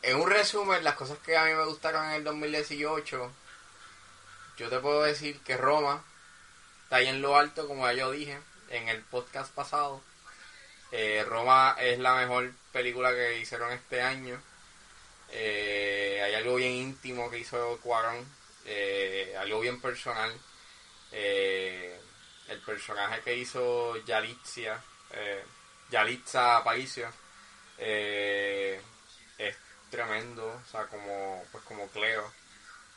[SPEAKER 1] en un resumen, las cosas que a mí me gustaron en el 2018, yo te puedo decir que Roma está ahí en lo alto, como ya yo dije en el podcast pasado. Eh, Roma es la mejor película que hicieron este año. Eh, hay algo bien íntimo que hizo Cuarón, eh, algo bien personal. Eh, el personaje que hizo Yalitza, eh, Yalitza Aparicio, eh, es tremendo, o sea, como, pues como Cleo.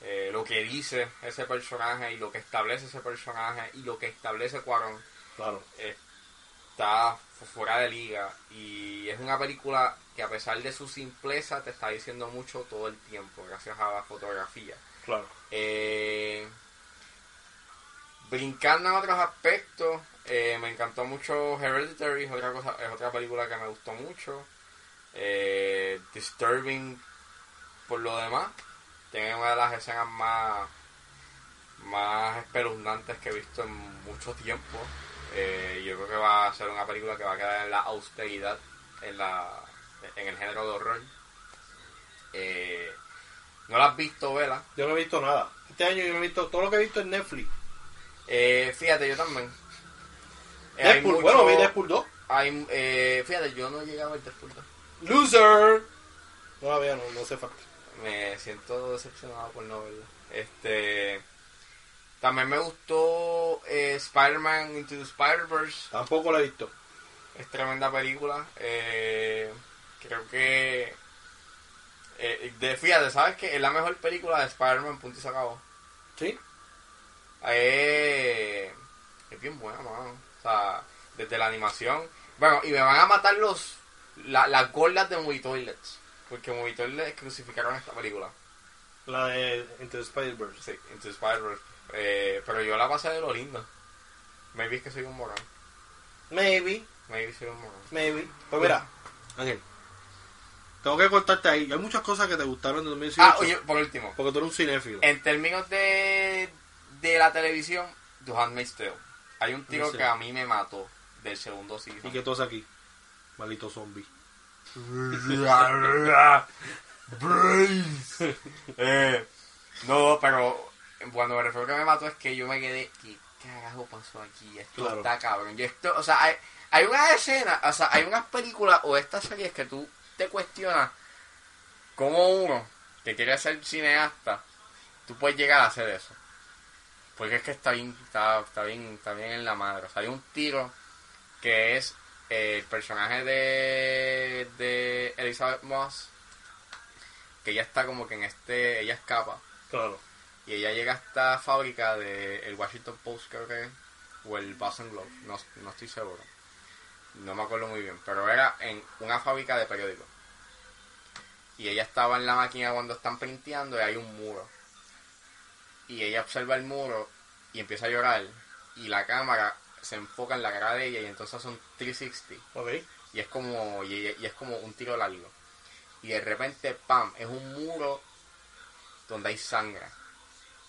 [SPEAKER 1] Eh, lo que dice ese personaje y lo que establece ese personaje y lo que establece Cuarón
[SPEAKER 2] Claro.
[SPEAKER 1] está fu- fuera de liga y es una película que a pesar de su simpleza te está diciendo mucho todo el tiempo gracias a la fotografía
[SPEAKER 2] Claro.
[SPEAKER 1] Eh, brincando en otros aspectos eh, me encantó mucho Hereditary es otra cosa es otra película que me gustó mucho Eh, Disturbing por lo demás tiene una de las escenas más más espeluznantes que he visto en mucho tiempo. Eh, yo creo que va a ser una película que va a quedar en la austeridad, en la en el género de horror. Eh, no la has visto, Vela.
[SPEAKER 2] Yo no he visto nada. Este año yo no he visto todo lo que he visto en Netflix.
[SPEAKER 1] Eh, fíjate, yo también. Eh, hay
[SPEAKER 2] Deadpool,
[SPEAKER 1] mucho-
[SPEAKER 2] bueno, vi Deadpool 2.
[SPEAKER 1] hay, eh, fíjate, yo no he llegado al Deadpool 2.
[SPEAKER 2] Loser. No la veo, no, no hace falta.
[SPEAKER 1] Me siento decepcionado por no verla. Este, también me gustó eh, Spider-Man Into the Spider-Verse.
[SPEAKER 2] Tampoco la he visto.
[SPEAKER 1] Es tremenda película. eh, creo que. eh, de, fíjate, ¿sabes qué? Es la mejor película de Spider-Man, punto y se acabó.
[SPEAKER 2] ¿Sí?
[SPEAKER 1] Eh, es bien buena, mano. O sea, desde la animación. Bueno, y me van a matar los la- las gordas de Movie Toilets. Porque Movie Toilets crucificaron esta película.
[SPEAKER 2] La de Into the Spider-Verse.
[SPEAKER 1] Sí, Into the Spider-Verse. Eh, pero yo la pasé de lo lindo. Maybe es que soy un morón.
[SPEAKER 2] Maybe,
[SPEAKER 1] Maybe soy un morón.
[SPEAKER 2] maybe. Pues mira, Ángel, tengo que cortarte ahí. Hay muchas cosas que te gustaron de 2018.
[SPEAKER 1] Ah, oye, por último.
[SPEAKER 2] Porque tú eres un cinéfilo.
[SPEAKER 1] En términos de, de la televisión, The Handmaid's Tale. Hay un tiro
[SPEAKER 2] Sí.
[SPEAKER 1] que a mí me mató del segundo
[SPEAKER 2] ¿Y
[SPEAKER 1] season.
[SPEAKER 2] qué tú haces aquí? Malito zombie.
[SPEAKER 1] Brains. Eh, no, pero cuando me refiero a que me mató es que yo me quedé, ¿qué carajo pasó aquí? Esto
[SPEAKER 2] Claro.
[SPEAKER 1] está cabrón. Yo esto, o sea, hay, hay unas escenas, o sea, hay unas películas o estas series que tú te cuestionas cómo uno que quiere ser cineasta, tú puedes llegar a hacer eso. Porque es que está bien, está, está bien, está bien en la madre. O sea, hay un tiro que es eh, el personaje de, de Elizabeth Moss, que ella está como que en este, ella escapa,
[SPEAKER 2] Claro.
[SPEAKER 1] y ella llega a esta fábrica de el Washington Post, creo que es, o el Boston Globe, no, no estoy seguro, no me acuerdo muy bien, pero era en una fábrica de periódicos. Y ella estaba en la máquina cuando están printeando y hay un muro. Y ella observa el muro y empieza a llorar. Y la cámara se enfoca en la cara de ella y entonces son 360
[SPEAKER 2] Ok.
[SPEAKER 1] y es como y, y- y es como un tiro largo y de repente pam es un muro donde hay sangre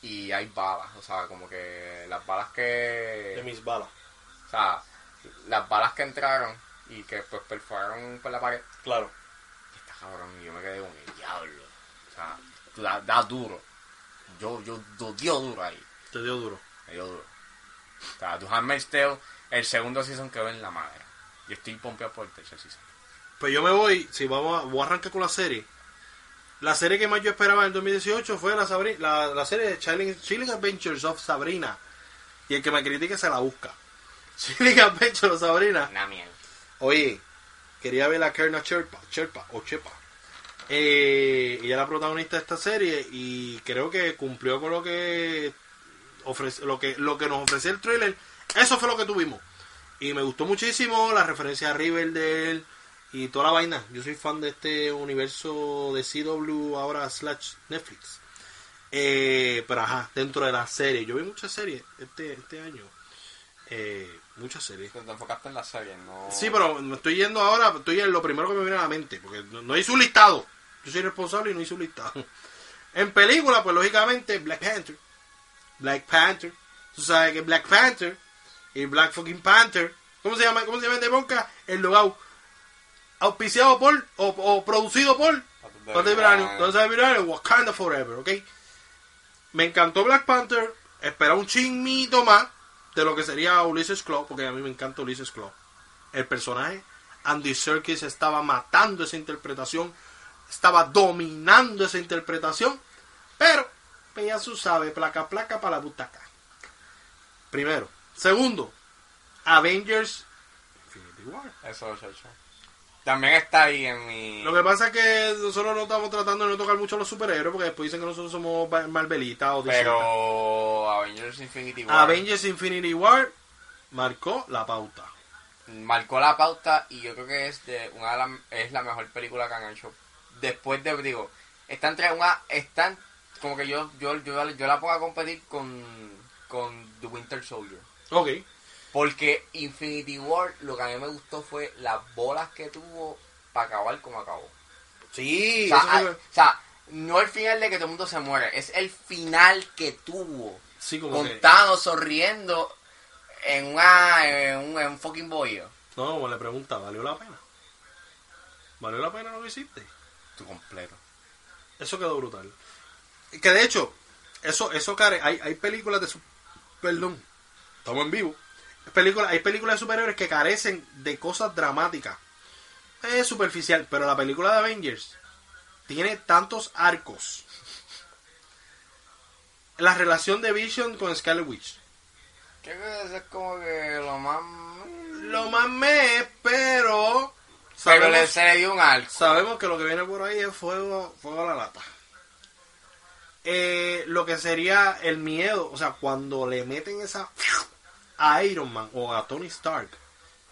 [SPEAKER 1] y hay balas o sea como que las balas
[SPEAKER 2] De
[SPEAKER 1] que
[SPEAKER 2] mis balas.
[SPEAKER 1] o sea las balas que entraron y que pues perforaron por la pared
[SPEAKER 2] Claro.
[SPEAKER 1] está cabrón y yo me quedé con el diablo o sea da, da duro yo yo yo dio duro ahí
[SPEAKER 2] Te dio duro.
[SPEAKER 1] me dio duro o sea tu Handmaid's Tale el segundo season quedó en la madre yo estoy pompeado por el tercer season
[SPEAKER 2] Pues yo me voy, si vamos a, voy a arrancar con la serie. La serie que más yo esperaba en el 2018 fue la, Sabri- la, la serie de Chilling, Chilling Adventures of Sabrina. Y el que me critique se la busca. Chilling Adventures of Sabrina
[SPEAKER 1] una mierda
[SPEAKER 2] Oye, quería ver a Kerna Cherpa, Cherpa o Chepa. Eh, ella es la protagonista de esta serie y creo que cumplió con lo que ofrece, lo que lo que nos ofrecía el trailer. Eso fue lo que tuvimos. Y me gustó muchísimo la referencia a Riverdale y toda la vaina. Yo soy fan de este universo de CW ahora slash Netflix. Eh, pero ajá, dentro de la serie. Yo vi muchas series este, este año. Eh, muchas series.
[SPEAKER 1] Pero te enfocaste en las series, ¿no?
[SPEAKER 2] Sí, pero me estoy yendo ahora, estoy en lo primero que me viene a la mente, porque no, no hice un listado. Yo soy responsable y no hice un listado. En película, pues lógicamente, Black Panther. Black Panther. Tú sabes que Black Panther y Black fucking Panther. ¿Cómo se llama? ¿Cómo se llama de Bonca? El logout. Auspiciado por o, o producido por Patrick Verano. Entonces, Verano, Wakanda Forever, ¿ok? Me encantó Black Panther. Espera un chinguito más de lo que sería Ulysses Claw, porque a mí me encanta Ulysses Claw. El personaje, Andy Serkis estaba matando esa interpretación, estaba dominando esa interpretación, pero pues ya se sabe, placa placa para la butaca. Primero. Segundo, Avengers Infinity War.
[SPEAKER 1] Eso, chacho. También está ahí en mi.
[SPEAKER 2] Lo que pasa es que nosotros no estamos tratando de no tocar mucho a los superhéroes porque después dicen que nosotros somos Mar- Marvelitas o Disney.
[SPEAKER 1] Pero Avengers Infinity War
[SPEAKER 2] Avengers Infinity War marcó la pauta.
[SPEAKER 1] marcó la pauta y yo creo que es de una de las- es la mejor película que han hecho. Después de, digo, está entre una, están como que yo, yo, yo, yo la pongo a competir con, con The Winter Soldier.
[SPEAKER 2] Ok.
[SPEAKER 1] Porque Infinity War lo que a mí me gustó fue las bolas que tuvo para acabar como acabó. O
[SPEAKER 2] Sí,
[SPEAKER 1] sea,
[SPEAKER 2] eso fue-
[SPEAKER 1] a- o sea, no el final de que todo el mundo se muere, es el final que tuvo.
[SPEAKER 2] sí, como que-
[SPEAKER 1] Con Thanos sonriendo en, una, en, un, en un fucking bollo.
[SPEAKER 2] No, como le pregunta, ¿valió la pena? ¿Valió la pena lo que hiciste?
[SPEAKER 1] Tú completo.
[SPEAKER 2] Eso quedó brutal. Que de hecho, eso, eso, Karen, hay, hay películas de su- perdón, estamos en vivo. Película, hay películas de superhéroes que carecen de cosas dramáticas. Es superficial, pero la película de Avengers tiene tantos arcos. La relación de Vision con Scarlet Witch.
[SPEAKER 1] Creo que eso es como que lo más...
[SPEAKER 2] Lo mamé, pero
[SPEAKER 1] Pero le,
[SPEAKER 2] sabemos,
[SPEAKER 1] se le dio un arco.
[SPEAKER 2] sabemos que lo que viene por ahí es fuego, fuego a la lata. Eh, lo que sería el miedo, o sea, cuando le meten esa a Iron Man o a Tony Stark,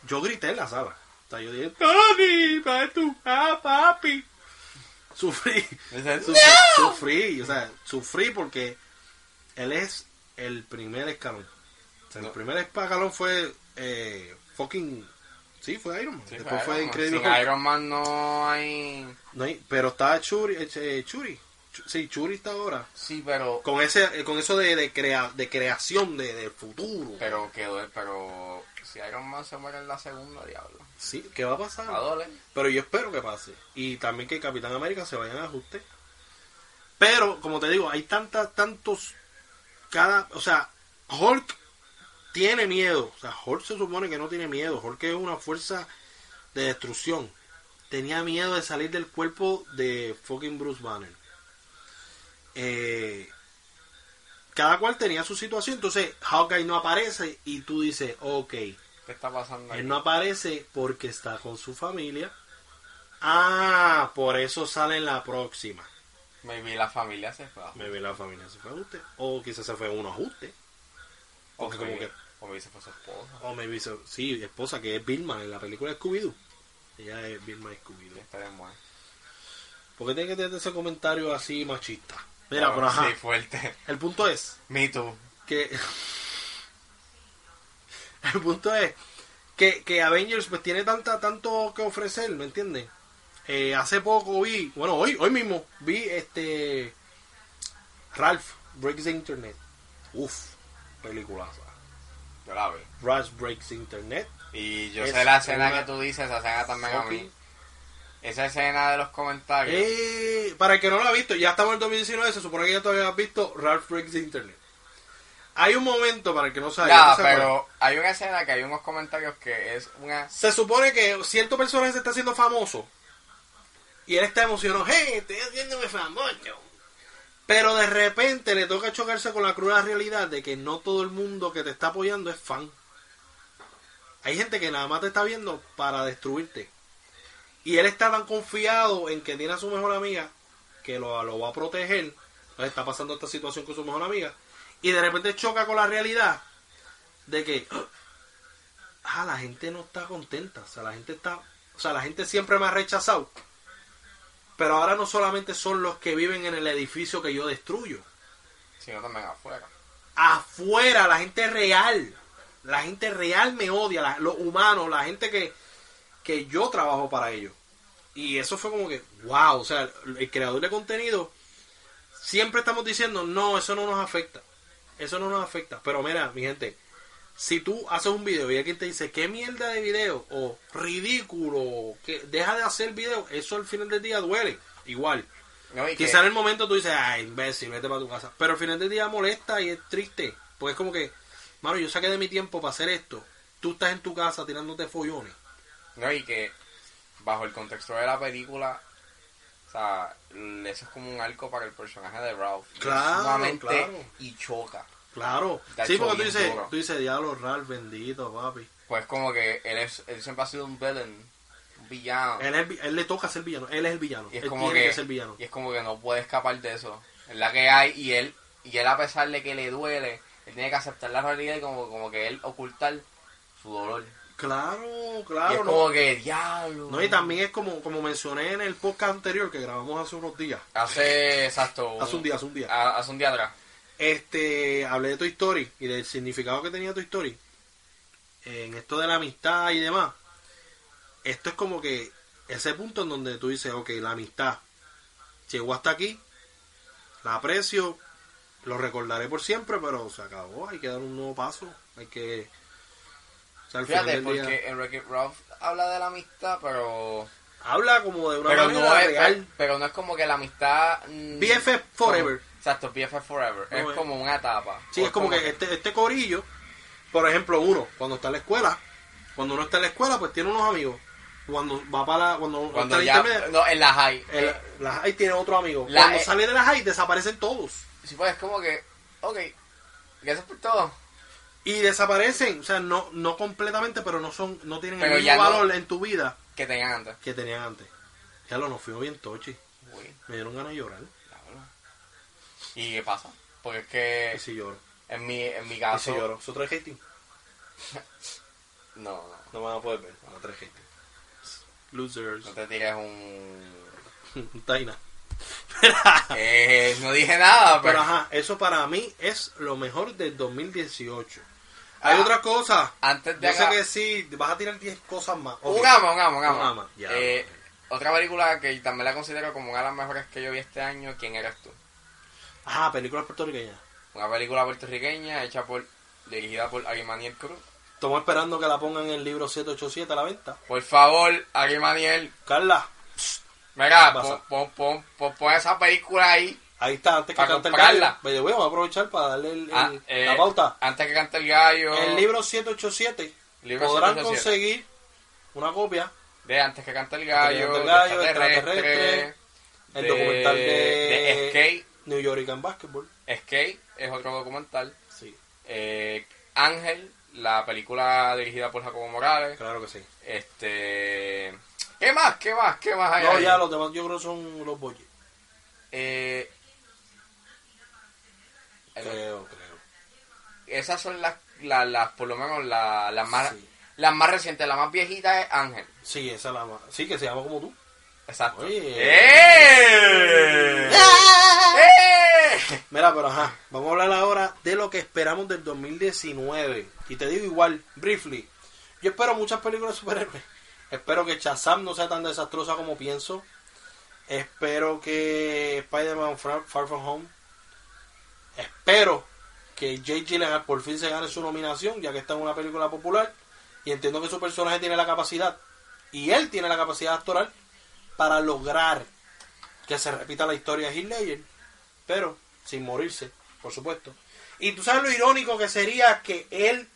[SPEAKER 2] yo grité en la sala. O sea, yo dije, Tony, va tu pa- papi. Sufrí. Sufrí, sufrí, o sea, sufrí porque él es el primer escalón. O sea,
[SPEAKER 1] No.
[SPEAKER 2] El primer escalón fue eh, fucking... Sí, fue Iron Man.
[SPEAKER 1] Sí,
[SPEAKER 2] Después fue
[SPEAKER 1] Iron Man.
[SPEAKER 2] increíble.
[SPEAKER 1] Sin
[SPEAKER 2] Hulk.
[SPEAKER 1] Iron Man no hay...
[SPEAKER 2] No hay- pero está Churi, eh, eh, Churi. Chu- Sí, Churi está ahora.
[SPEAKER 1] Sí, pero...
[SPEAKER 2] Con ese eh, con eso de, de, crea- de creación de, de futuro.
[SPEAKER 1] Pero quedó... Pero si Iron Man se muere en la segunda, diablo.
[SPEAKER 2] Sí, ¿qué va a
[SPEAKER 1] Va a
[SPEAKER 2] pasar?
[SPEAKER 1] doler.
[SPEAKER 2] Pero yo espero que pase. Y también que Capitán América se vayan a ajuste. Pero, como te digo, hay tantas, tantos. Cada. O sea, Hulk tiene miedo. O sea, Hulk se supone que no tiene miedo. Hulk es una fuerza de destrucción. Tenía miedo de salir del cuerpo de fucking Bruce Banner. Eh, cada cual tenía su situación. Entonces, Hawkeye no aparece y tú dices, ok.
[SPEAKER 1] ¿Qué está pasando aquí?
[SPEAKER 2] Él Eh, no aparece porque está con su familia. Ah, por eso sale en la próxima.
[SPEAKER 1] Maybe la familia se fue.
[SPEAKER 2] Me ve la familia se fue a ajuste. O quizás se fue a un ajuste.
[SPEAKER 1] O
[SPEAKER 2] Porque como
[SPEAKER 1] maybe-
[SPEAKER 2] que-
[SPEAKER 1] o maybe se fue su esposa.
[SPEAKER 2] O me dice, sí, esposa que es Vilma en la película Scooby-Doo. Ella es Vilma
[SPEAKER 1] Y
[SPEAKER 2] Scooby-Doo.
[SPEAKER 1] está de muerte.
[SPEAKER 2] ¿Por qué tiene que tener ese comentario así machista? Mira, pero
[SPEAKER 1] Bueno,
[SPEAKER 2] ajá.
[SPEAKER 1] Ah, Sí, fuerte.
[SPEAKER 2] El punto es
[SPEAKER 1] Me too.
[SPEAKER 2] que. el punto es que, que Avengers pues tiene tanta, tanto que ofrecer, ¿me entiendes? Eh, hace poco vi, bueno, hoy, hoy mismo vi este Ralph Breaks the Internet. Uf, peliculaza.
[SPEAKER 1] Yo la vi.
[SPEAKER 2] Ralph Breaks the Internet.
[SPEAKER 1] Y yo
[SPEAKER 2] Es
[SPEAKER 1] sé la escena
[SPEAKER 2] una-
[SPEAKER 1] que tú dices, esa escena también a mí.
[SPEAKER 2] Fucking-
[SPEAKER 1] Esa escena de los comentarios.
[SPEAKER 2] Eh, para el que no lo ha visto, ya estamos en el 2019, se supone que ya todavía has visto Ralph Breaks the Internet. Hay un momento para el que no sabe.
[SPEAKER 1] Ya,
[SPEAKER 2] no se acuerda.
[SPEAKER 1] pero hay una escena que hay unos comentarios que es una...
[SPEAKER 2] se supone que cierto personaje se está haciendo famoso y él está emocionado, hey, estoy haciéndome famoso. Pero de repente le toca chocarse con la cruda realidad de que no todo el mundo que te está apoyando es fan. Hay gente que nada más te está viendo para destruirte. Y él está tan confiado en que tiene a su mejor amiga que lo, lo va a proteger. Entonces está pasando esta situación con su mejor amiga. Y de repente choca con la realidad de que ah, la gente no está contenta. O sea, la gente está. O sea, la gente siempre me ha rechazado. Pero ahora no solamente son los que viven en el edificio que yo destruyo.
[SPEAKER 1] Sino también afuera.
[SPEAKER 2] Afuera, la gente real. La gente real me odia. la- los humanos, la gente que, que yo trabajo para ellos. Y eso fue como que, wow. O sea, el, el creador de contenido. Siempre estamos diciendo, no, eso no nos afecta. Eso no nos afecta. Pero mira, mi gente, si tú haces un video y alguien te dice qué mierda de video o ridículo o que deja de hacer video eso al final del día duele igual
[SPEAKER 1] No, y que-
[SPEAKER 2] quizá en el momento tú dices ay imbécil vete para tu casa pero al final del día molesta y es triste porque es como que mano yo saqué de mi tiempo para hacer esto tú estás en tu casa tirándote follones
[SPEAKER 1] No, y que bajo el contexto de la película, o sea, l- eso es como un arco para el personaje de Ralph. Y es
[SPEAKER 2] Claro,
[SPEAKER 1] sumamente-
[SPEAKER 2] claro.
[SPEAKER 1] Y choca.
[SPEAKER 2] claro
[SPEAKER 1] Está
[SPEAKER 2] sí
[SPEAKER 1] hecho
[SPEAKER 2] porque tú
[SPEAKER 1] bien
[SPEAKER 2] dices
[SPEAKER 1] duro.
[SPEAKER 2] tú dices diablo Ralph bendito papi
[SPEAKER 1] Pues como que él, es, él siempre ha sido un villain, un villano.
[SPEAKER 2] él, es el vi- él le toca ser villano él es el villano
[SPEAKER 1] y es
[SPEAKER 2] él
[SPEAKER 1] como
[SPEAKER 2] tiene que,
[SPEAKER 1] que,
[SPEAKER 2] ser villano
[SPEAKER 1] y es como que no puede escapar de eso. Es la que hay y él, y él a pesar de que le duele, él tiene que aceptar la realidad y como, como que él ocultar su dolor.
[SPEAKER 2] claro
[SPEAKER 1] y
[SPEAKER 2] claro
[SPEAKER 1] es
[SPEAKER 2] no.
[SPEAKER 1] como que, diablo.
[SPEAKER 2] No, y también es como, como mencioné en el podcast anterior que grabamos hace unos días.
[SPEAKER 1] Hace, exacto.
[SPEAKER 2] Hace un día, hace un día.
[SPEAKER 1] a- hace un día atrás.
[SPEAKER 2] Este, hablé de Toy Story y del significado que tenía Toy Story. En esto de la amistad y demás. Esto es como que ese punto en donde tú dices, ok, la amistad llegó hasta aquí, la aprecio, lo recordaré por siempre, pero se acabó, hay que dar un nuevo paso, hay que... o sea, al final
[SPEAKER 1] Fíjate,
[SPEAKER 2] del día-
[SPEAKER 1] porque en Wreck-It Ralph habla de la amistad, pero.
[SPEAKER 2] habla como de una
[SPEAKER 1] pero,
[SPEAKER 2] manera
[SPEAKER 1] no es,
[SPEAKER 2] real.
[SPEAKER 1] pero no es como que la amistad. mm,
[SPEAKER 2] BFF
[SPEAKER 1] como-
[SPEAKER 2] forever.
[SPEAKER 1] exacto, BFF Forever.
[SPEAKER 2] No
[SPEAKER 1] es
[SPEAKER 2] es.
[SPEAKER 1] como una etapa.
[SPEAKER 2] Sí,
[SPEAKER 1] O
[SPEAKER 2] es como que este, este corillo, por ejemplo, uno, cuando está en la escuela, cuando uno está en la escuela, pues tiene unos amigos. Cuando va para la, cuando,
[SPEAKER 1] Cuando
[SPEAKER 2] está
[SPEAKER 1] ya.
[SPEAKER 2] en la intermedia,
[SPEAKER 1] No, en la high.
[SPEAKER 2] el-
[SPEAKER 1] Eh,
[SPEAKER 2] la high tiene otro amigo.
[SPEAKER 1] la-
[SPEAKER 2] cuando
[SPEAKER 1] eh,
[SPEAKER 2] sale de la high, desaparecen todos.
[SPEAKER 1] sí, pues es como que. Ok, gracias por todo.
[SPEAKER 2] Y desaparecen, o sea, no, no completamente, pero no son, no tienen
[SPEAKER 1] Pero
[SPEAKER 2] el
[SPEAKER 1] ya
[SPEAKER 2] mismo
[SPEAKER 1] no.
[SPEAKER 2] valor en tu vida
[SPEAKER 1] Que tengan antes.
[SPEAKER 2] que tenían antes. Ya lo nos fuimos bien tochi.
[SPEAKER 1] Uy,
[SPEAKER 2] Me dieron ganas de llorar.
[SPEAKER 1] diablo. ¿Y qué pasa? Porque es que.
[SPEAKER 2] Y si lloro.
[SPEAKER 1] En mi, en mi
[SPEAKER 2] Y si
[SPEAKER 1] caso.
[SPEAKER 2] lloro. ¿Eso trae hating?
[SPEAKER 1] no, no.
[SPEAKER 2] No van a poder ver. No trae hating. Losers.
[SPEAKER 1] No te tires un.
[SPEAKER 2] Taina.
[SPEAKER 1] Eh, no dije nada,
[SPEAKER 2] Pero
[SPEAKER 1] pero.
[SPEAKER 2] ajá, eso para mí es lo mejor del 2018. Hay
[SPEAKER 1] Ah,
[SPEAKER 2] otra cosa.
[SPEAKER 1] Antes de
[SPEAKER 2] Yo sé
[SPEAKER 1] acá-
[SPEAKER 2] que sí, vas a tirar 10 cosas más. Ok.
[SPEAKER 1] Un ama, un ama, un
[SPEAKER 2] Un
[SPEAKER 1] ama.
[SPEAKER 2] ama, ya.
[SPEAKER 1] Eh, otra película que también la considero como una de las mejores que yo vi este año, ¿Quién eres tú?
[SPEAKER 2] Ajá, películas puertorriqueñas.
[SPEAKER 1] Una película puertorriqueña hecha por, dirigida por Arimaniel Cruz.
[SPEAKER 2] Estamos esperando que la pongan en el libro 787 a la venta.
[SPEAKER 1] Por favor, Arimaniel,
[SPEAKER 2] Carla,
[SPEAKER 1] mira,
[SPEAKER 2] Pasa.
[SPEAKER 1] pon, pon, pon, pon- pon esa película ahí.
[SPEAKER 2] ahí está, antes que
[SPEAKER 1] Para
[SPEAKER 2] cante el
[SPEAKER 1] comprarla.
[SPEAKER 2] gallo. Pero voy a aprovechar para darle el- el-
[SPEAKER 1] Ah, eh,
[SPEAKER 2] la pauta.
[SPEAKER 1] Antes que cante el gallo.
[SPEAKER 2] El libro 787
[SPEAKER 1] Libro
[SPEAKER 2] podrán conseguir
[SPEAKER 1] 787.
[SPEAKER 2] una copia.
[SPEAKER 1] De Antes que cante el
[SPEAKER 2] Antes que
[SPEAKER 1] gallo.
[SPEAKER 2] cante el
[SPEAKER 1] de
[SPEAKER 2] gallo,
[SPEAKER 1] extraterrestre,
[SPEAKER 2] extraterrestre, El documental de,
[SPEAKER 1] de
[SPEAKER 2] New York and Basketball.
[SPEAKER 1] Skate. Skate es otro documental.
[SPEAKER 2] Sí,
[SPEAKER 1] Eh, Ángel, la película dirigida por Jacobo Morales.
[SPEAKER 2] claro que sí.
[SPEAKER 1] Este. ¿Qué más? ¿Qué más? ¿Qué más hay?
[SPEAKER 2] No,
[SPEAKER 1] ahí?
[SPEAKER 2] ya los demás yo creo son los boyes.
[SPEAKER 1] Eh,
[SPEAKER 2] Creo, creo.
[SPEAKER 1] esas son las, las, las- por lo menos, la- las, más,
[SPEAKER 2] Sí.
[SPEAKER 1] las más recientes. La más viejita es Ángel.
[SPEAKER 2] Sí, esa es la más. Sí, que se llama como tú.
[SPEAKER 1] Exacto.
[SPEAKER 2] Oye.
[SPEAKER 1] ¡Eh! ¡Eh!
[SPEAKER 2] Mira, pero ajá, vamos a hablar ahora de lo que esperamos del 2019. Y te digo igual, briefly. Yo espero muchas películas de superhéroes. Espero que Shazam no sea tan desastrosa como pienso. Espero que Spider-Man Far, Far From Home. Espero que J.J. Gyllenhaal por fin se gane su nominación, ya que está en una película popular. Y entiendo que su personaje tiene la capacidad, y él tiene la capacidad actoral, para lograr que se repita la historia de Heath Ledger, pero sin morirse, por supuesto. Y tú sabes lo irónico que sería que él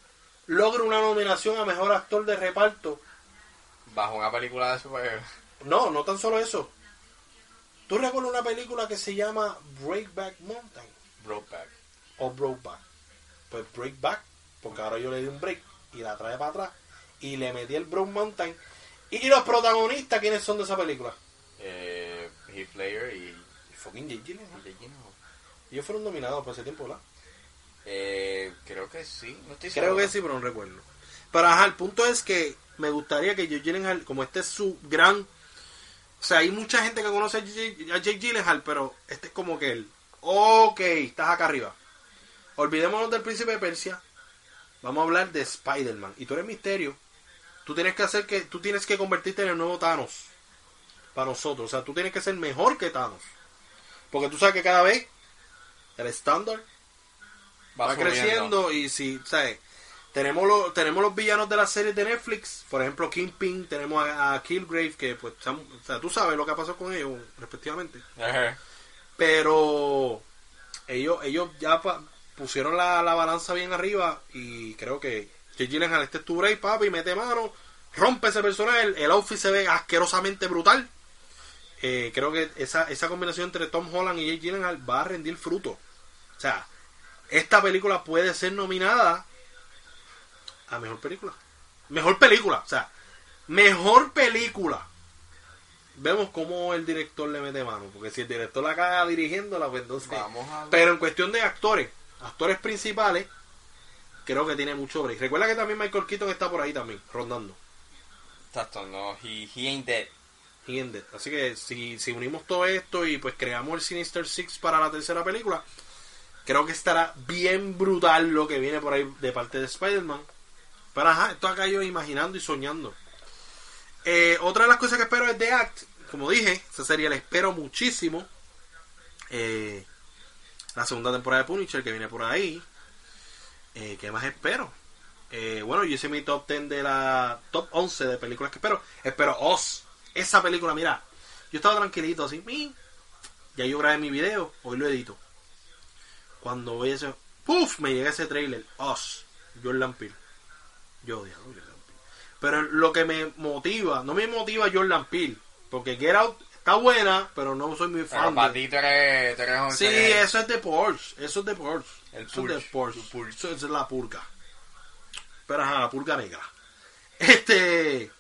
[SPEAKER 2] logre una nominación a mejor actor de reparto.
[SPEAKER 1] Bajo una película de superhéroes.
[SPEAKER 2] No, no tan solo eso. ¿Tú recuerdas una película que se llama Breakback Mountain
[SPEAKER 1] Brokeback.
[SPEAKER 2] o Brokeback? Pues Breakback, porque ahora yo le di un break y la trae para atrás. y le metí el Brown Mountain. ¿Y los protagonistas quiénes son de esa película?
[SPEAKER 1] Eh, Heath Ledger y...
[SPEAKER 2] Fucking Jake Gyllenhaal.
[SPEAKER 1] Jake Gyllenhaal.
[SPEAKER 2] Ellos fueron nominados por ese tiempo, ¿verdad?
[SPEAKER 1] Eh, creo que sí. No estoy
[SPEAKER 2] Creo
[SPEAKER 1] seguro.
[SPEAKER 2] que sí, pero no recuerdo. Pero ajá, el punto es que me gustaría que Jake Gyllenhaal, como este es su gran... O sea, hay mucha gente que conoce a Jake, a Jake Gyllenhaal, pero este es como que el... Ok, estás acá arriba. Olvidémonos del príncipe de Persia. Vamos a hablar de Spider-Man. Y tú eres misterio. Tú tienes que hacer que... Tú tienes que convertirte en el nuevo Thanos. Para nosotros. O sea, tú tienes que ser mejor que Thanos. Porque tú sabes que cada vez el estándar va,
[SPEAKER 1] subiendo.
[SPEAKER 2] creciendo y si sabes tenemos los tenemos los villanos de las series de Netflix por ejemplo Kingpin tenemos a, a Killgrave que pues están- o sea, tú sabes lo que ha pasado con ellos respectivamente
[SPEAKER 1] Ajá.
[SPEAKER 2] pero ellos ellos ya pa- pusieron la, la balanza bien arriba y creo que Jake Gyllenhaal este es tu break papi mete mano rompe ese personaje el, el outfit se ve asquerosamente brutal Eh, creo que esa, esa combinación entre Tom Holland y Jake Gyllenhaal va a rendir fruto o sea esta película puede ser nominada a mejor película mejor película o sea mejor película vemos cómo el director le mete mano porque si el director la caga dirigiéndola pues entonces
[SPEAKER 1] Vamos a ver.
[SPEAKER 2] pero en cuestión de actores, actores principales, creo que tiene mucho break. Recuerda que también Michael Keaton está por ahí también, rondando.
[SPEAKER 1] Exacto, no, he, he ain't dead.
[SPEAKER 2] Y en Death. Así que si, si unimos todo esto y pues creamos el Sinister Six para la tercera película, creo que estará bien brutal lo que viene por ahí de parte de Spider-Man. Pero ajá, esto acá yo imaginando y soñando. Eh, otra de las cosas que espero es The Act. Como dije, esa serie la espero muchísimo. Eh, la segunda temporada de Punisher que viene por ahí. Eh, ¿Qué más espero? Eh, bueno, yo hice mi top 10 de la top 11 de películas que espero. Espero Oz. Esa película, mira. Yo estaba tranquilito así. "Mi". Ya yo grabé mi video. Hoy lo edito. Cuando voy ese... ¡Puf! Me llega ese trailer. Oz. Jordan Peele. Yo diablo, Jordan Peele. Pero lo que me motiva... No me motiva Jordan Peele. Porque Get Out está buena, pero no soy muy
[SPEAKER 1] Pero
[SPEAKER 2] fan.
[SPEAKER 1] para
[SPEAKER 2] de-
[SPEAKER 1] ti tú eres, tú eres un
[SPEAKER 2] Ah, Sí,
[SPEAKER 1] ser-
[SPEAKER 2] eso es de Porsche. Eso es de Porsche.
[SPEAKER 1] El
[SPEAKER 2] eso es de
[SPEAKER 1] Porsche,
[SPEAKER 2] Porsche.
[SPEAKER 1] el Porsche.
[SPEAKER 2] Eso es la purga. Pero ajá, la purga negra. Este.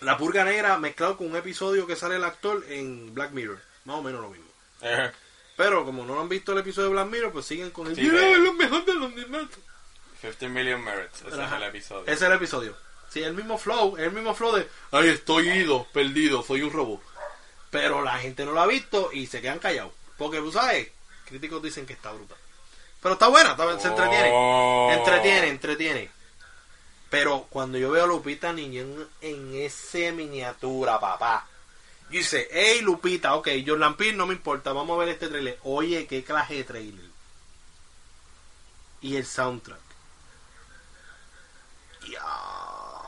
[SPEAKER 2] La purga negra mezclado con un episodio que sale el actor en Black Mirror. Más o menos lo mismo.
[SPEAKER 1] Ajá.
[SPEAKER 2] Pero como no han visto el episodio de Black Mirror, pues siguen con el.
[SPEAKER 1] Sí,
[SPEAKER 2] Mira,
[SPEAKER 1] pero-
[SPEAKER 2] es lo mejor de los niñatos.
[SPEAKER 1] 50 Million Merits, ese es
[SPEAKER 2] Ajá.
[SPEAKER 1] el episodio.
[SPEAKER 2] Ese es el episodio. Sí, el mismo flow, el mismo flow de, ay, estoy ido, perdido, soy un robot. Pero la gente no lo ha visto y se quedan callados. Porque, tú sabes, críticos dicen que está brutal. Pero está buena, está- se entretiene.
[SPEAKER 1] Oh.
[SPEAKER 2] Entretiene, entretiene. Pero cuando yo veo a Lupita Niño en, en ese miniatura, papá. Yo dice, hey Lupita, ok, Jordan Peele no me importa, vamos a ver este trailer. Oye, qué clase de trailer. Y el soundtrack. Diablo.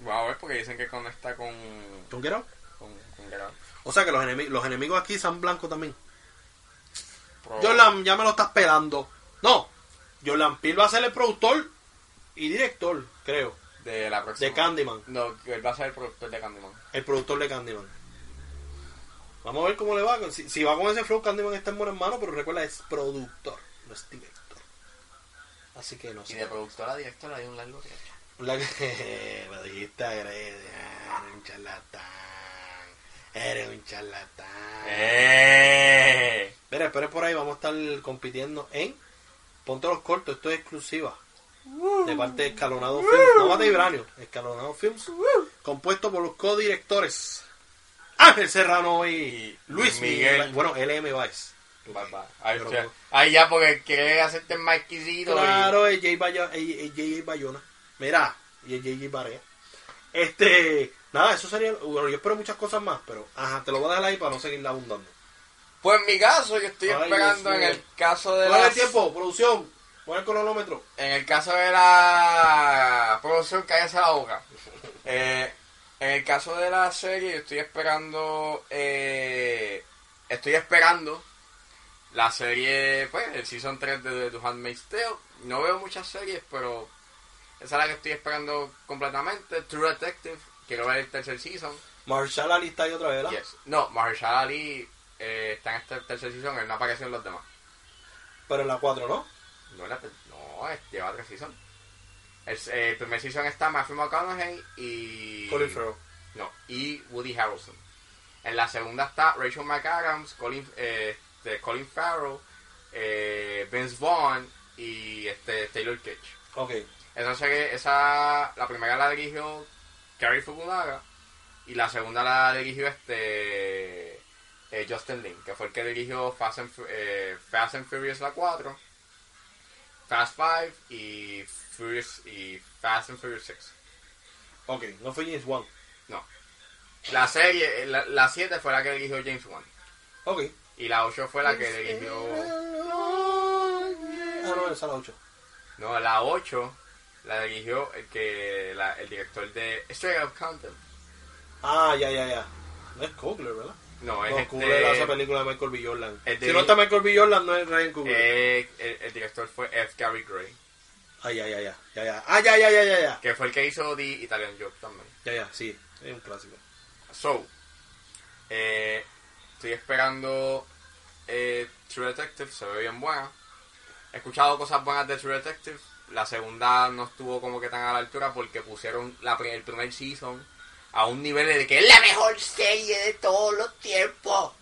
[SPEAKER 1] Vamos a ver porque dicen que conecta con.
[SPEAKER 2] ¿Con Get Out?
[SPEAKER 1] con, con Gran-
[SPEAKER 2] O sea que los, enemi- los enemigos aquí son blancos también.
[SPEAKER 1] Pro-
[SPEAKER 2] Jordan ya me lo estás pelando. No, Jordan Peele va a ser el productor y director, creo,
[SPEAKER 1] de la próxima.
[SPEAKER 2] de Candyman.
[SPEAKER 1] No, él va a ser el productor de Candyman.
[SPEAKER 2] el productor de Candyman. Vamos a ver cómo le va. Si, si va con ese flow, Candyman está en buenas manos, pero recuerda, es productor, no es director. Así que no
[SPEAKER 1] Y
[SPEAKER 2] sé.
[SPEAKER 1] de productora a directora hay un largo trecho.
[SPEAKER 2] La que... Lo dijiste, eres eres un charlatán. Eres un charlatán.
[SPEAKER 1] ¡Eh!
[SPEAKER 2] Mira, pero por ahí vamos a estar compitiendo en Ponte los cortos, esto es exclusiva. De parte de Escalonado Films, no más de Ibranio, Escalonado Films, compuesto por los codirectores Ángel Serrano y,
[SPEAKER 1] Y
[SPEAKER 2] Luis Miguel.
[SPEAKER 1] Miguel.
[SPEAKER 2] Bueno, LM Baez.
[SPEAKER 1] Bye, bye. Ahí,
[SPEAKER 2] Pero
[SPEAKER 1] ya-
[SPEAKER 2] no.
[SPEAKER 1] ahí ya porque quiere hacerte el más exquisito. y-
[SPEAKER 2] Claro, es J. Bayo- es- es J.J. Bayona. Mira, y es J.J. Barea. Este, nada, eso sería. Bueno, yo espero muchas cosas más, pero ajá, te lo voy a dejar ahí para no seguirla abundando.
[SPEAKER 1] Pues en mi caso, yo estoy
[SPEAKER 2] Ay,
[SPEAKER 1] esperando
[SPEAKER 2] Dios
[SPEAKER 1] en
[SPEAKER 2] mío.
[SPEAKER 1] el caso de
[SPEAKER 2] ¿Cuál es
[SPEAKER 1] la.
[SPEAKER 2] el tiempo? Producción, pon el cronómetro.
[SPEAKER 1] En el caso de la producción que hay esa hoja. Eh, en el caso de la serie, yo estoy esperando. eh, estoy esperando la serie, pues, el season 3 de The Handmaid's Tale. No veo muchas series, pero esa es la que estoy esperando completamente. True Detective, quiero ver el tercer season.
[SPEAKER 2] Marshall Ali está ahí otra vez, ¿verdad?
[SPEAKER 1] Yes. No, Mahershala Ali eh, está en este tercer season, él no apareció en los demás.
[SPEAKER 2] Pero en la 4, ¿no?
[SPEAKER 1] No, en la ter- no, es- lleva tres seasons. El, eh, el primer season está Matthew McConaughey y...
[SPEAKER 2] Colin Farrell.
[SPEAKER 1] No, y Woody Harrelson. En la segunda está Rachel McAdams, Colin, eh, este, Colin Farrell, eh, Vince Vaughn y este, Taylor Kitsch.
[SPEAKER 2] Ok.
[SPEAKER 1] Esa serie, esa, la primera la dirigió Cary Fukunaga y la segunda la dirigió este eh, Justin Lin, que fue el que dirigió Fast and, eh, Fast and Furious la 4, Fast 5 y, Furious, y Fast and Furious 6.
[SPEAKER 2] Ok, no fue James Wan.
[SPEAKER 1] No. La serie, eh, la- la 7 fue la que dirigió James Wan.
[SPEAKER 2] Ok.
[SPEAKER 1] Y la 8 fue la que dirigió...
[SPEAKER 2] Ah, no, esa es la 8.
[SPEAKER 1] No, la 8 la dirigió el, que, la- el director de Straight Out Compton.
[SPEAKER 2] Ah, ya, ya, ya. No es Coogler, ¿verdad?
[SPEAKER 1] No, es
[SPEAKER 2] No,
[SPEAKER 1] este-
[SPEAKER 2] Coogler hace película de Michael B. Jordan.
[SPEAKER 1] Es de-
[SPEAKER 2] Si no está Michael B. Jordan, no es Ryan Coogler.
[SPEAKER 1] eh, el, el director fue F. Gary Gray,
[SPEAKER 2] Ah, ya, ya, ya, ya, ya. Ah, ya, ya, ya, ya, ya.
[SPEAKER 1] que fue el que hizo The Italian Job también.
[SPEAKER 2] Ya, ya, sí. Es un clásico.
[SPEAKER 1] So, eh, estoy esperando eh, True Detective, se ve bien buena. He escuchado cosas buenas de True Detective. La segunda no estuvo como que tan a la altura porque pusieron la, pri- el primer season a un nivel de que es la mejor serie de todos los tiempos.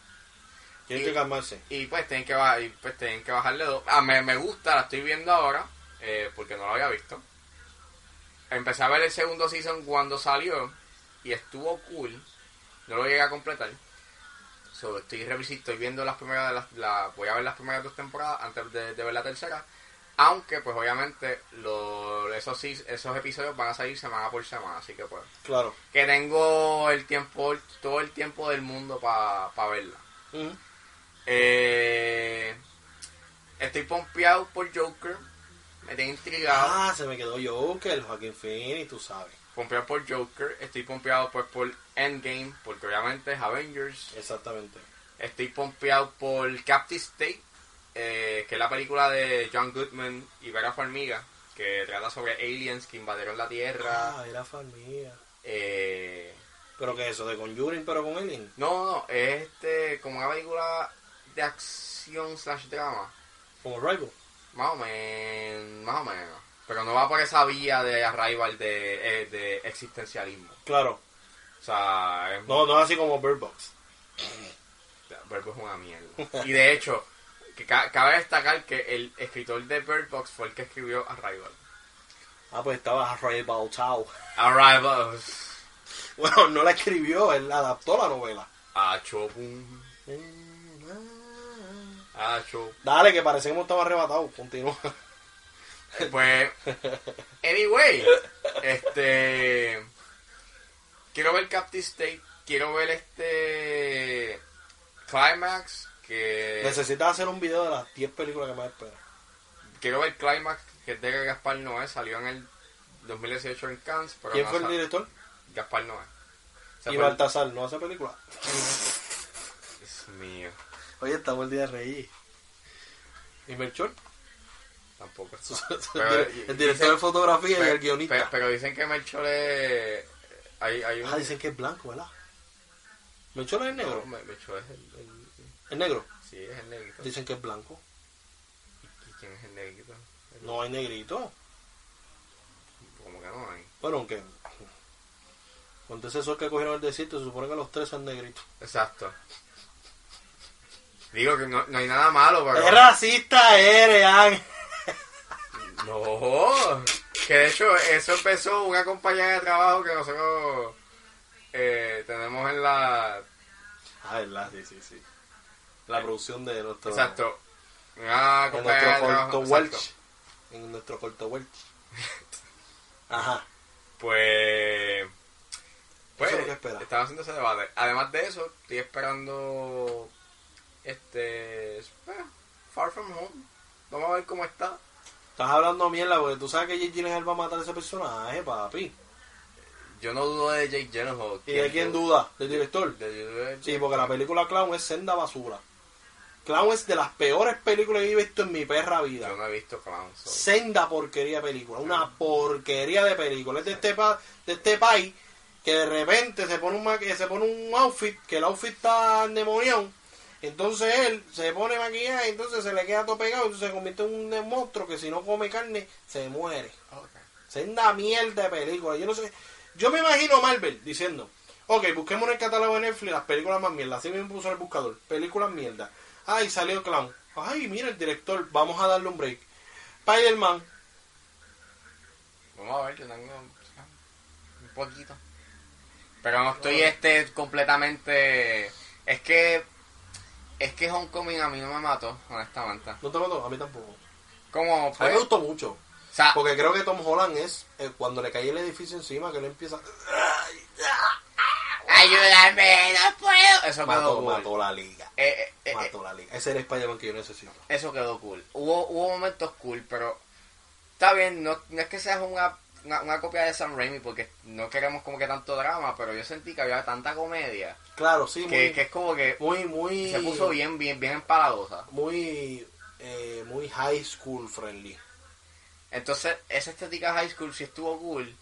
[SPEAKER 2] Tiene que calmarse.
[SPEAKER 1] Y pues tienen que, ba- y, pues, tienen que bajarle dos. Ah, me, me gusta, la estoy viendo ahora, eh, porque no la había visto. Empecé a ver el segundo season cuando salió y estuvo cool. No lo llegué a completar. So, estoy revisando, estoy viendo las primeras, las, la- voy a ver las primeras dos temporadas antes de, de ver la tercera. Aunque, pues obviamente, lo- esos, seas- esos episodios van a salir semana por semana, así que pues...
[SPEAKER 2] Claro.
[SPEAKER 1] Que tengo el tiempo, todo el tiempo del mundo para verla.
[SPEAKER 2] Ujú.
[SPEAKER 1] Eh, estoy pompeado por Joker. Me tengo intrigado.
[SPEAKER 2] Ah, se me quedó Joker, Joaquín Phoenix, tú sabes.
[SPEAKER 1] Pompeado por Joker. Estoy pompeado pues por Endgame, porque obviamente es Avengers.
[SPEAKER 2] Exactamente.
[SPEAKER 1] Estoy pompeado por Captive State, eh, que es la película de John Goodman y Vera Farmiga, que trata sobre aliens que invadieron la Tierra.
[SPEAKER 2] Ah, era familia.
[SPEAKER 1] Eh,
[SPEAKER 2] ¿Pero qué es eso? ¿De Conjuring pero con Alien?
[SPEAKER 1] no, no, es este, como una película de acción slash drama.
[SPEAKER 2] ¿Como Rival?
[SPEAKER 1] Más o menos, más o menos. Pero no va por esa vía de Arrival de, eh, de existencialismo.
[SPEAKER 2] Claro.
[SPEAKER 1] O sea, es,
[SPEAKER 2] No, no es así como Bird Box.
[SPEAKER 1] Bird Box es una mierda. Y de hecho, que ca- cabe destacar que el escritor de Bird Box fue el que escribió Arrival.
[SPEAKER 2] Ah, pues estaba Rival Chao.
[SPEAKER 1] Arrival.
[SPEAKER 2] Bueno, no la escribió, él adaptó la novela.
[SPEAKER 1] A Chopun.
[SPEAKER 2] Eh,
[SPEAKER 1] A Chopun.
[SPEAKER 2] Dale, que parece que hemos estado arrebatados. Continúa.
[SPEAKER 1] Pues, anyway, este. Quiero ver Captive State, quiero ver este. Climax,
[SPEAKER 2] Eh.
[SPEAKER 1] que.
[SPEAKER 2] Necesitas hacer un video de las 10 películas que más esperas.
[SPEAKER 1] Quiero ver Climax, que es de Gaspar Noé, salió en el 2018 en Cannes, pero
[SPEAKER 2] ¿Quién
[SPEAKER 1] no
[SPEAKER 2] fue el
[SPEAKER 1] sal-
[SPEAKER 2] director?
[SPEAKER 1] Gaspar Noé. Se
[SPEAKER 2] Y
[SPEAKER 1] fue el-
[SPEAKER 2] Baltasar, ¿no hace película?
[SPEAKER 1] Dios mío,
[SPEAKER 2] Oye, estamos el día de reír. ¿Y Melchor?
[SPEAKER 1] tampoco. Pero-
[SPEAKER 2] el director de fotografía y el guionista.
[SPEAKER 1] Pero, pero dicen que Melchor es... Hay, hay un...
[SPEAKER 2] Ah, dicen que es blanco, ¿verdad? Melchor es el negro.
[SPEAKER 1] No, Me- Melchor es el, el-
[SPEAKER 2] ¿Es negro?
[SPEAKER 1] Sí, es el negrito. ¿Y
[SPEAKER 2] Dicen que es blanco.
[SPEAKER 1] quién es el negrito?
[SPEAKER 2] No hay negrito.
[SPEAKER 1] Como que no hay.
[SPEAKER 2] Bueno, aunque... Con ese sol que cogieron el desierto, se supone que los tres son negritos.
[SPEAKER 1] Exacto. Digo que no, no hay nada malo, pero...
[SPEAKER 2] ¡Es racista eres, Ángel!
[SPEAKER 1] No, que de hecho eso empezó una compañía de trabajo que nosotros eh, tenemos en la...
[SPEAKER 2] Ah, verdad, sí, sí, sí. La producción de nuestro...
[SPEAKER 1] Eh, Exacto. Una
[SPEAKER 2] En
[SPEAKER 1] compañía de
[SPEAKER 2] nuestro corto
[SPEAKER 1] trabajo. exacto.
[SPEAKER 2] Welch. En nuestro corto Welch. Ajá.
[SPEAKER 1] Pues... Pues
[SPEAKER 2] Eso es lo que espera.
[SPEAKER 1] estaba haciendo ese debate. Además de eso, estoy esperando este... eh, Far From Home. Vamos a ver cómo está.
[SPEAKER 2] Estás hablando mierda porque tú sabes que Jake Gyllenhaal va a matar a ese personaje, papi.
[SPEAKER 1] Yo no dudo de Jake Gyllenhaal.
[SPEAKER 2] ¿Y de quién duda? ¿Del director?
[SPEAKER 1] De- de- de-
[SPEAKER 2] Sí, porque la película Clown es senda basura. Clown es de las peores películas que yo he visto en mi perra vida.
[SPEAKER 1] Yo no he visto Clown. so-
[SPEAKER 2] Senda porquería de película, una porquería de película. Es de este, pa- de este país que de repente se pone, un maqui- se pone un outfit, que el outfit está endemoniado. Entonces él se pone maquillaje, entonces se le queda todo pegado, entonces se convierte en un monstruo que si no come carne se muere.
[SPEAKER 1] Ok.
[SPEAKER 2] Senda mierda de película. Yo no sé. Yo me imagino a Marvel diciendo, ok, busquemos en el catálogo de Netflix las películas más mierda. Así mismo puso en el buscador. Películas mierda. Ay, salió Clown. Ay, mira el director. Vamos a darle un break. Spider-Man.
[SPEAKER 1] Vamos a ver, yo tengo un poquito. Pero no estoy este completamente... Es que... Es que Homecoming a mí no me mató, honestamente.
[SPEAKER 2] No te mató, a mí tampoco.
[SPEAKER 1] Como
[SPEAKER 2] A mí
[SPEAKER 1] pues,
[SPEAKER 2] me
[SPEAKER 1] o
[SPEAKER 2] gustó mucho.
[SPEAKER 1] sea,
[SPEAKER 2] Porque creo que Tom Holland es eh, cuando le cae el edificio encima que él empieza.
[SPEAKER 1] ayúdame, no puedo. Eso quedó
[SPEAKER 2] Mató,
[SPEAKER 1] cool.
[SPEAKER 2] mató la liga.
[SPEAKER 1] Eh, eh, eh, eh,
[SPEAKER 2] Mató la liga. Ese era Spider-Man que yo necesito.
[SPEAKER 1] eso quedó cool. Hubo, hubo momentos cool, pero está bien, no, no es que seas una, una, una copia de Sam Raimi porque no queremos como que tanto drama, pero yo sentí que había tanta comedia
[SPEAKER 2] Claro, sí,
[SPEAKER 1] que,
[SPEAKER 2] muy.
[SPEAKER 1] que es como que
[SPEAKER 2] muy, muy.
[SPEAKER 1] se puso bien, bien, bien empalagosa.
[SPEAKER 2] Muy. eh, muy high school friendly.
[SPEAKER 1] Entonces, esa estética high school sí estuvo cool,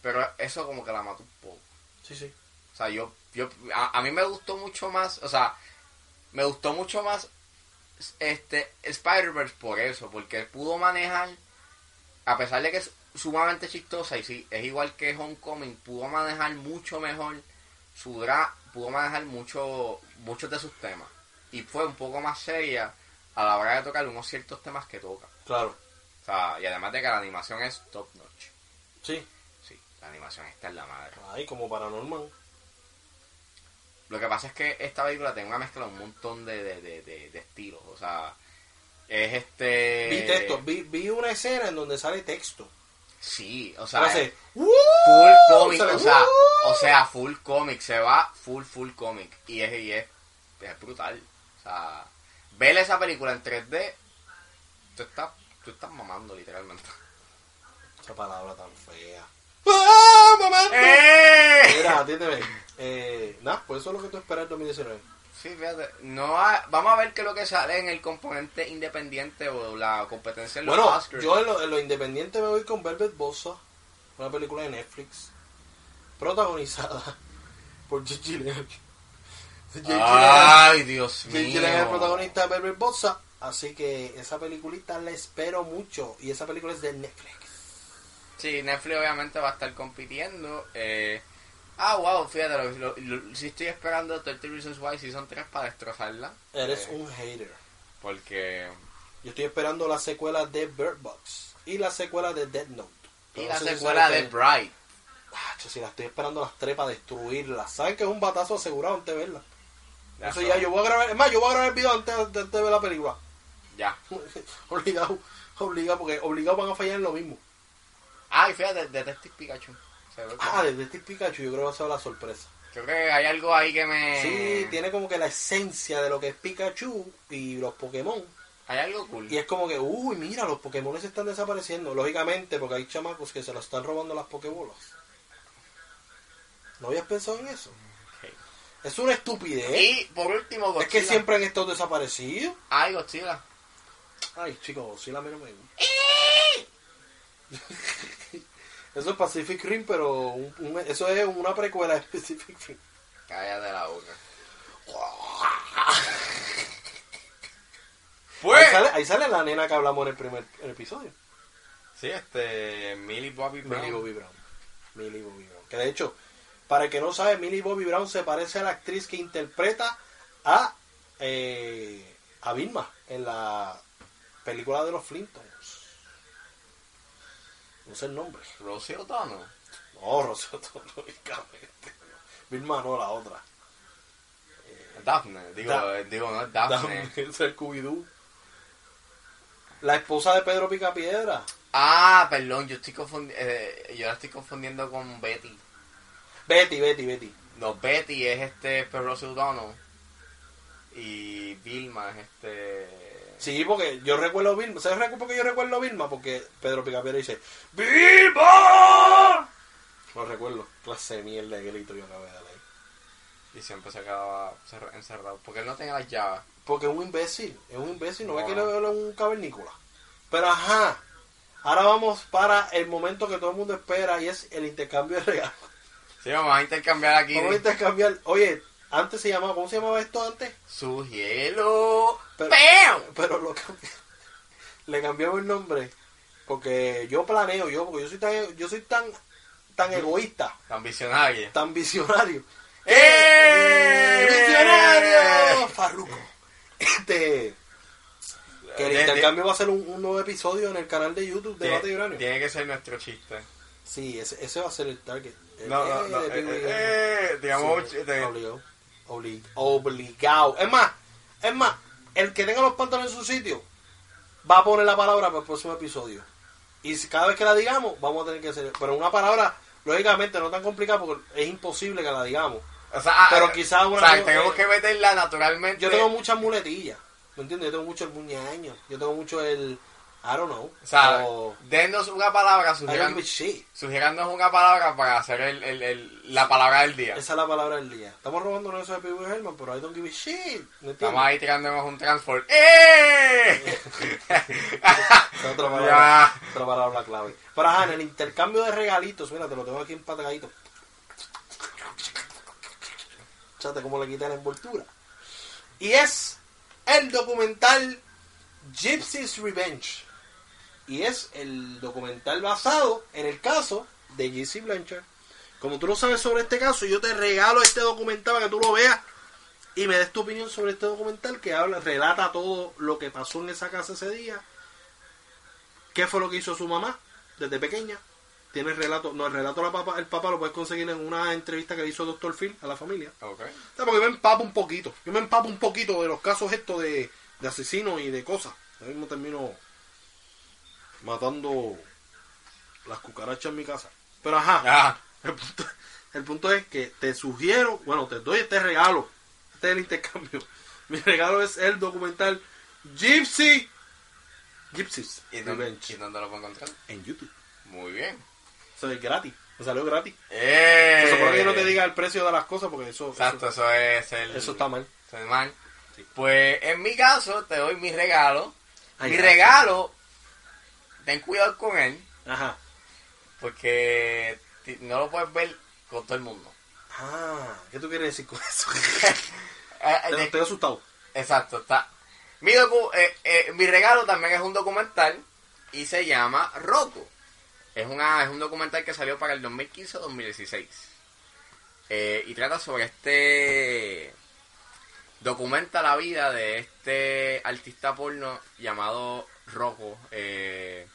[SPEAKER 1] pero eso como que la mató un poco.
[SPEAKER 2] Sí, sí.
[SPEAKER 1] O sea, yo, yo a, a mí me gustó mucho más, o sea, me gustó mucho más este Spider-Verse por eso, porque pudo manejar, a pesar de que es sumamente chistosa y sí, es igual que Homecoming, pudo manejar mucho mejor su dra, pudo manejar mucho, muchos de sus temas. Y fue un poco más seria a la hora de tocar unos ciertos temas que toca.
[SPEAKER 2] Claro.
[SPEAKER 1] O sea, y además de que la animación es top notch.
[SPEAKER 2] Sí.
[SPEAKER 1] Sí, la animación está en la madre.
[SPEAKER 2] Ay, como Paranorman.
[SPEAKER 1] Lo que pasa es que esta película tiene una mezcla de un montón de, de, de, de- de estilos. O sea, es este.
[SPEAKER 2] vi texto. Vi, vi una escena en donde sale texto.
[SPEAKER 1] Sí, o sea,
[SPEAKER 2] Hace,
[SPEAKER 1] es
[SPEAKER 2] "Woo",
[SPEAKER 1] full cómic.
[SPEAKER 2] sale,
[SPEAKER 1] O sea,
[SPEAKER 2] "Woo".
[SPEAKER 1] o sea, full cómic. Se va full, full cómic. Y es, y es, es brutal. O sea, ver esa película en 3D, tú estás, tú estás mamando literalmente.
[SPEAKER 2] Esa palabra tan fea. ¡Ah, mamá!
[SPEAKER 1] ¡Eh!
[SPEAKER 2] Mira, atiéndeme. Eh, nah, pues eso es lo que tú esperas en 2019.
[SPEAKER 1] Sí, fíjate. No ha- vamos a ver qué es lo que sale en el componente independiente o la competencia en los
[SPEAKER 2] Bueno,
[SPEAKER 1] Oscars.
[SPEAKER 2] yo en lo, en lo independiente me voy con Velvet Bossa, una película de Netflix, protagonizada por J.J. Leonard. J.J.
[SPEAKER 1] Ay, Dios Ah, mío.
[SPEAKER 2] Leonard es el protagonista de Velvet Bossa, así que esa peliculita la espero mucho y esa película es de Netflix.
[SPEAKER 1] Sí, Netflix obviamente va a estar compitiendo. eh, ah, wow, fíjate, lo, lo- lo- sí estoy esperando 30 Reasons Why Season 3 para destrozarla.
[SPEAKER 2] Eres
[SPEAKER 1] eh,
[SPEAKER 2] un hater.
[SPEAKER 1] Porque...
[SPEAKER 2] Yo estoy esperando la secuela de Bird Box y la secuela de Dead Note.
[SPEAKER 1] Y
[SPEAKER 2] No
[SPEAKER 1] la
[SPEAKER 2] sé si
[SPEAKER 1] secuela
[SPEAKER 2] sabes
[SPEAKER 1] de
[SPEAKER 2] que-
[SPEAKER 1] Bright.
[SPEAKER 2] Ah, yo sí la estoy esperando las tres para destruirla. ¿Saben que es un batazo asegurado antes de verla? Eso
[SPEAKER 1] That's
[SPEAKER 2] ya
[SPEAKER 1] all.
[SPEAKER 2] yo voy a grabar, es más, yo voy a grabar el video antes, antes de ver la película.
[SPEAKER 1] Ya.
[SPEAKER 2] obligado, obligado, porque obligado van a fallar en lo mismo.
[SPEAKER 1] Ay, fíjate, Detective Pikachu. Se ve
[SPEAKER 2] Ah,
[SPEAKER 1] que-
[SPEAKER 2] desde este Pikachu yo creo que va a ser la sorpresa.
[SPEAKER 1] Creo que hay algo ahí que me...
[SPEAKER 2] Sí, tiene como que la esencia de lo que es Pikachu y los Pokémon.
[SPEAKER 1] Hay algo cool.
[SPEAKER 2] Y es como que, uy, mira, los Pokémon se están desapareciendo. Lógicamente, porque hay chamacos que se los están robando las Pokébolas. ¿No habías pensado en eso?
[SPEAKER 1] Ok.
[SPEAKER 2] Es una estupidez.
[SPEAKER 1] Y por último, Godzilla.
[SPEAKER 2] Es que siempre han estado desaparecidos.
[SPEAKER 1] Ay, Godzilla.
[SPEAKER 2] Ay, chicos, si la mí no me gusta. ¡Eh! eso es Pacific Rim, pero un- un- eso es una precuela de Pacific Rim.
[SPEAKER 1] Cállate la boca.
[SPEAKER 2] Ahí
[SPEAKER 1] Pues...
[SPEAKER 2] sale, ahí sale la nena que hablamos en el primer episodio.
[SPEAKER 1] Sí, este... Millie Bobby Brown.
[SPEAKER 2] Millie Bobby Brown. Millie Bobby Brown. Que de hecho, para el que no sabe, Millie Bobby Brown se parece a la actriz que interpreta a, eh, a Vilma en la película de los Flintstones. No sé el nombre.
[SPEAKER 1] Rosie O'Donnell.
[SPEAKER 2] No, Rosato, lógicamente. Vilma no, la otra.
[SPEAKER 1] Daphne, digo,
[SPEAKER 2] Da-
[SPEAKER 1] eh, digo, no es Daphne.
[SPEAKER 2] Dame ese Scooby-Doo. La esposa de Pedro Picapiedra.
[SPEAKER 1] Ah, perdón, yo estoy confundiendo, yo la estoy confundiendo con Betty.
[SPEAKER 2] Betty, Betty, Betty.
[SPEAKER 1] No, Betty es este Perrosi O'Donnell y Vilma es este...
[SPEAKER 2] Sí, porque yo recuerdo Vilma. ¿Sabes recu- por qué yo recuerdo Vilma? Porque Pedro Picapiedra dice ¡Vilma! Lo recuerdo. Clase de mierda de grito yo acabé de dar ahí.
[SPEAKER 1] Y siempre se quedaba cerra- encerrado, porque él no tenía las llaves.
[SPEAKER 2] Porque es un imbécil. Es un imbécil. No ve
[SPEAKER 1] No.
[SPEAKER 2] que le- le- un cavernícola. Pero ajá. Ahora vamos para el momento que todo el mundo espera y es el intercambio de regalos.
[SPEAKER 1] Sí, vamos a intercambiar aquí
[SPEAKER 2] Vamos a intercambiar. Oye, antes se llamaba, ¿cómo se llamaba esto antes?
[SPEAKER 1] su hielo.
[SPEAKER 2] Pero-
[SPEAKER 1] ¡Pam!
[SPEAKER 2] Pero lo cambi- le cambiamos el nombre Porque yo planeo, yo, porque yo soy tan, yo soy tan, tan egoísta,
[SPEAKER 1] Tan visionaria.
[SPEAKER 2] tan visionario.
[SPEAKER 1] ¡Eh!
[SPEAKER 2] ¡Visionario! Farruko. Este. Que el
[SPEAKER 1] De- de-
[SPEAKER 2] intercambio va a ser un, un nuevo episodio en el canal de YouTube de Debate
[SPEAKER 1] Tiene-
[SPEAKER 2] Uranio.
[SPEAKER 1] Tiene que ser nuestro chiste.
[SPEAKER 2] Sí, ese, ese va a ser el target. El-
[SPEAKER 1] No, no,
[SPEAKER 2] eh,
[SPEAKER 1] no.
[SPEAKER 2] de
[SPEAKER 1] eh,
[SPEAKER 2] Big Big Uranio.
[SPEAKER 1] eh, eh, digamos, un
[SPEAKER 2] Sí,
[SPEAKER 1] chiste.
[SPEAKER 2] obligado. Obli- obligado. Es más, es más, el que tenga los pantalones en su sitio va a poner la palabra para el próximo episodio. Y si cada vez que la digamos, vamos a tener que hacer. Pero una palabra, lógicamente, no tan complicada porque es imposible que la digamos.
[SPEAKER 1] O sea, ah,
[SPEAKER 2] Pero quizás
[SPEAKER 1] o
[SPEAKER 2] una-
[SPEAKER 1] sea, tenemos que meterla naturalmente.
[SPEAKER 2] Yo tengo muchas muletillas, ¿me entiendes? Yo tengo mucho el muñeaño, yo tengo mucho el. I don't know.
[SPEAKER 1] O sea,
[SPEAKER 2] o-
[SPEAKER 1] dennos una palabra,
[SPEAKER 2] I don't
[SPEAKER 1] sugieran,
[SPEAKER 2] give a shit.
[SPEAKER 1] sugierannos una palabra para hacer el, el- el- la palabra del día.
[SPEAKER 2] Esa es la palabra del día. Estamos robando eso de P.B. Herman, pero I don't give a shit. ¿Me entiendes?
[SPEAKER 1] Estamos ahí tirándonos un transport. ¡Eh!
[SPEAKER 2] Esa es otra palabra,
[SPEAKER 1] Ya.
[SPEAKER 2] otra palabra clave. Pero ajá, en el intercambio de regalitos, mira, te lo tengo aquí empatadito. Chate cómo le quita la envoltura. Y es el documental Gypsy's Revenge. Y es el documental basado en el caso de Gypsy Blanchard.
[SPEAKER 3] Como tú no sabes sobre este caso, yo te regalo este documental para que tú lo veas y me des tu opinión sobre este documental que habla, relata todo lo que pasó en esa casa ese día. ¿Qué fue lo que hizo su mamá desde pequeña? Tiene el relato, no, el relato la papá, el papá lo puedes conseguir en una entrevista que le hizo Doctor Phil a la familia.
[SPEAKER 1] Ok.
[SPEAKER 3] O sea, porque yo me empapo un poquito, yo me empapo un poquito de los casos estos de, de asesinos y de cosas. Yo mismo termino matando las cucarachas en mi casa. Pero ajá.
[SPEAKER 1] Ah,
[SPEAKER 3] El punto, el punto es que te sugiero, bueno, te doy este regalo. Este es el intercambio. Mi regalo es el documental Gypsy. Gypsies
[SPEAKER 1] ¿y, dónde,
[SPEAKER 3] Revenge
[SPEAKER 1] y dónde lo puedo encontrar?
[SPEAKER 3] en YouTube.
[SPEAKER 1] Muy bien.
[SPEAKER 3] Eso es gratis. Me salió gratis.
[SPEAKER 1] ¡Eh!
[SPEAKER 3] Se supone que yo no te diga el precio de las cosas porque eso,
[SPEAKER 1] Exacto,
[SPEAKER 3] eso,
[SPEAKER 1] eso es el.
[SPEAKER 3] eso está mal.
[SPEAKER 1] eso es mal.
[SPEAKER 3] Sí.
[SPEAKER 1] Pues en mi caso, te doy mi regalo.
[SPEAKER 3] Ay,
[SPEAKER 1] mi
[SPEAKER 3] gracias.
[SPEAKER 1] regalo, ten cuidado con él,
[SPEAKER 3] Ajá.
[SPEAKER 1] porque ti- no lo puedes ver con todo el mundo.
[SPEAKER 2] Ah, ¿qué tú quieres decir con eso?
[SPEAKER 1] Eh, eh,
[SPEAKER 3] Te-
[SPEAKER 1] de-
[SPEAKER 3] Estoy asustado.
[SPEAKER 1] Exacto, está. Mi, docu- eh, eh, mi regalo también es un documental y se llama Rocco. Es, una, es un documental que salió para el 2015 o 2016. Eh, y trata sobre este... Documenta la vida de este artista porno llamado Rocco. Eh,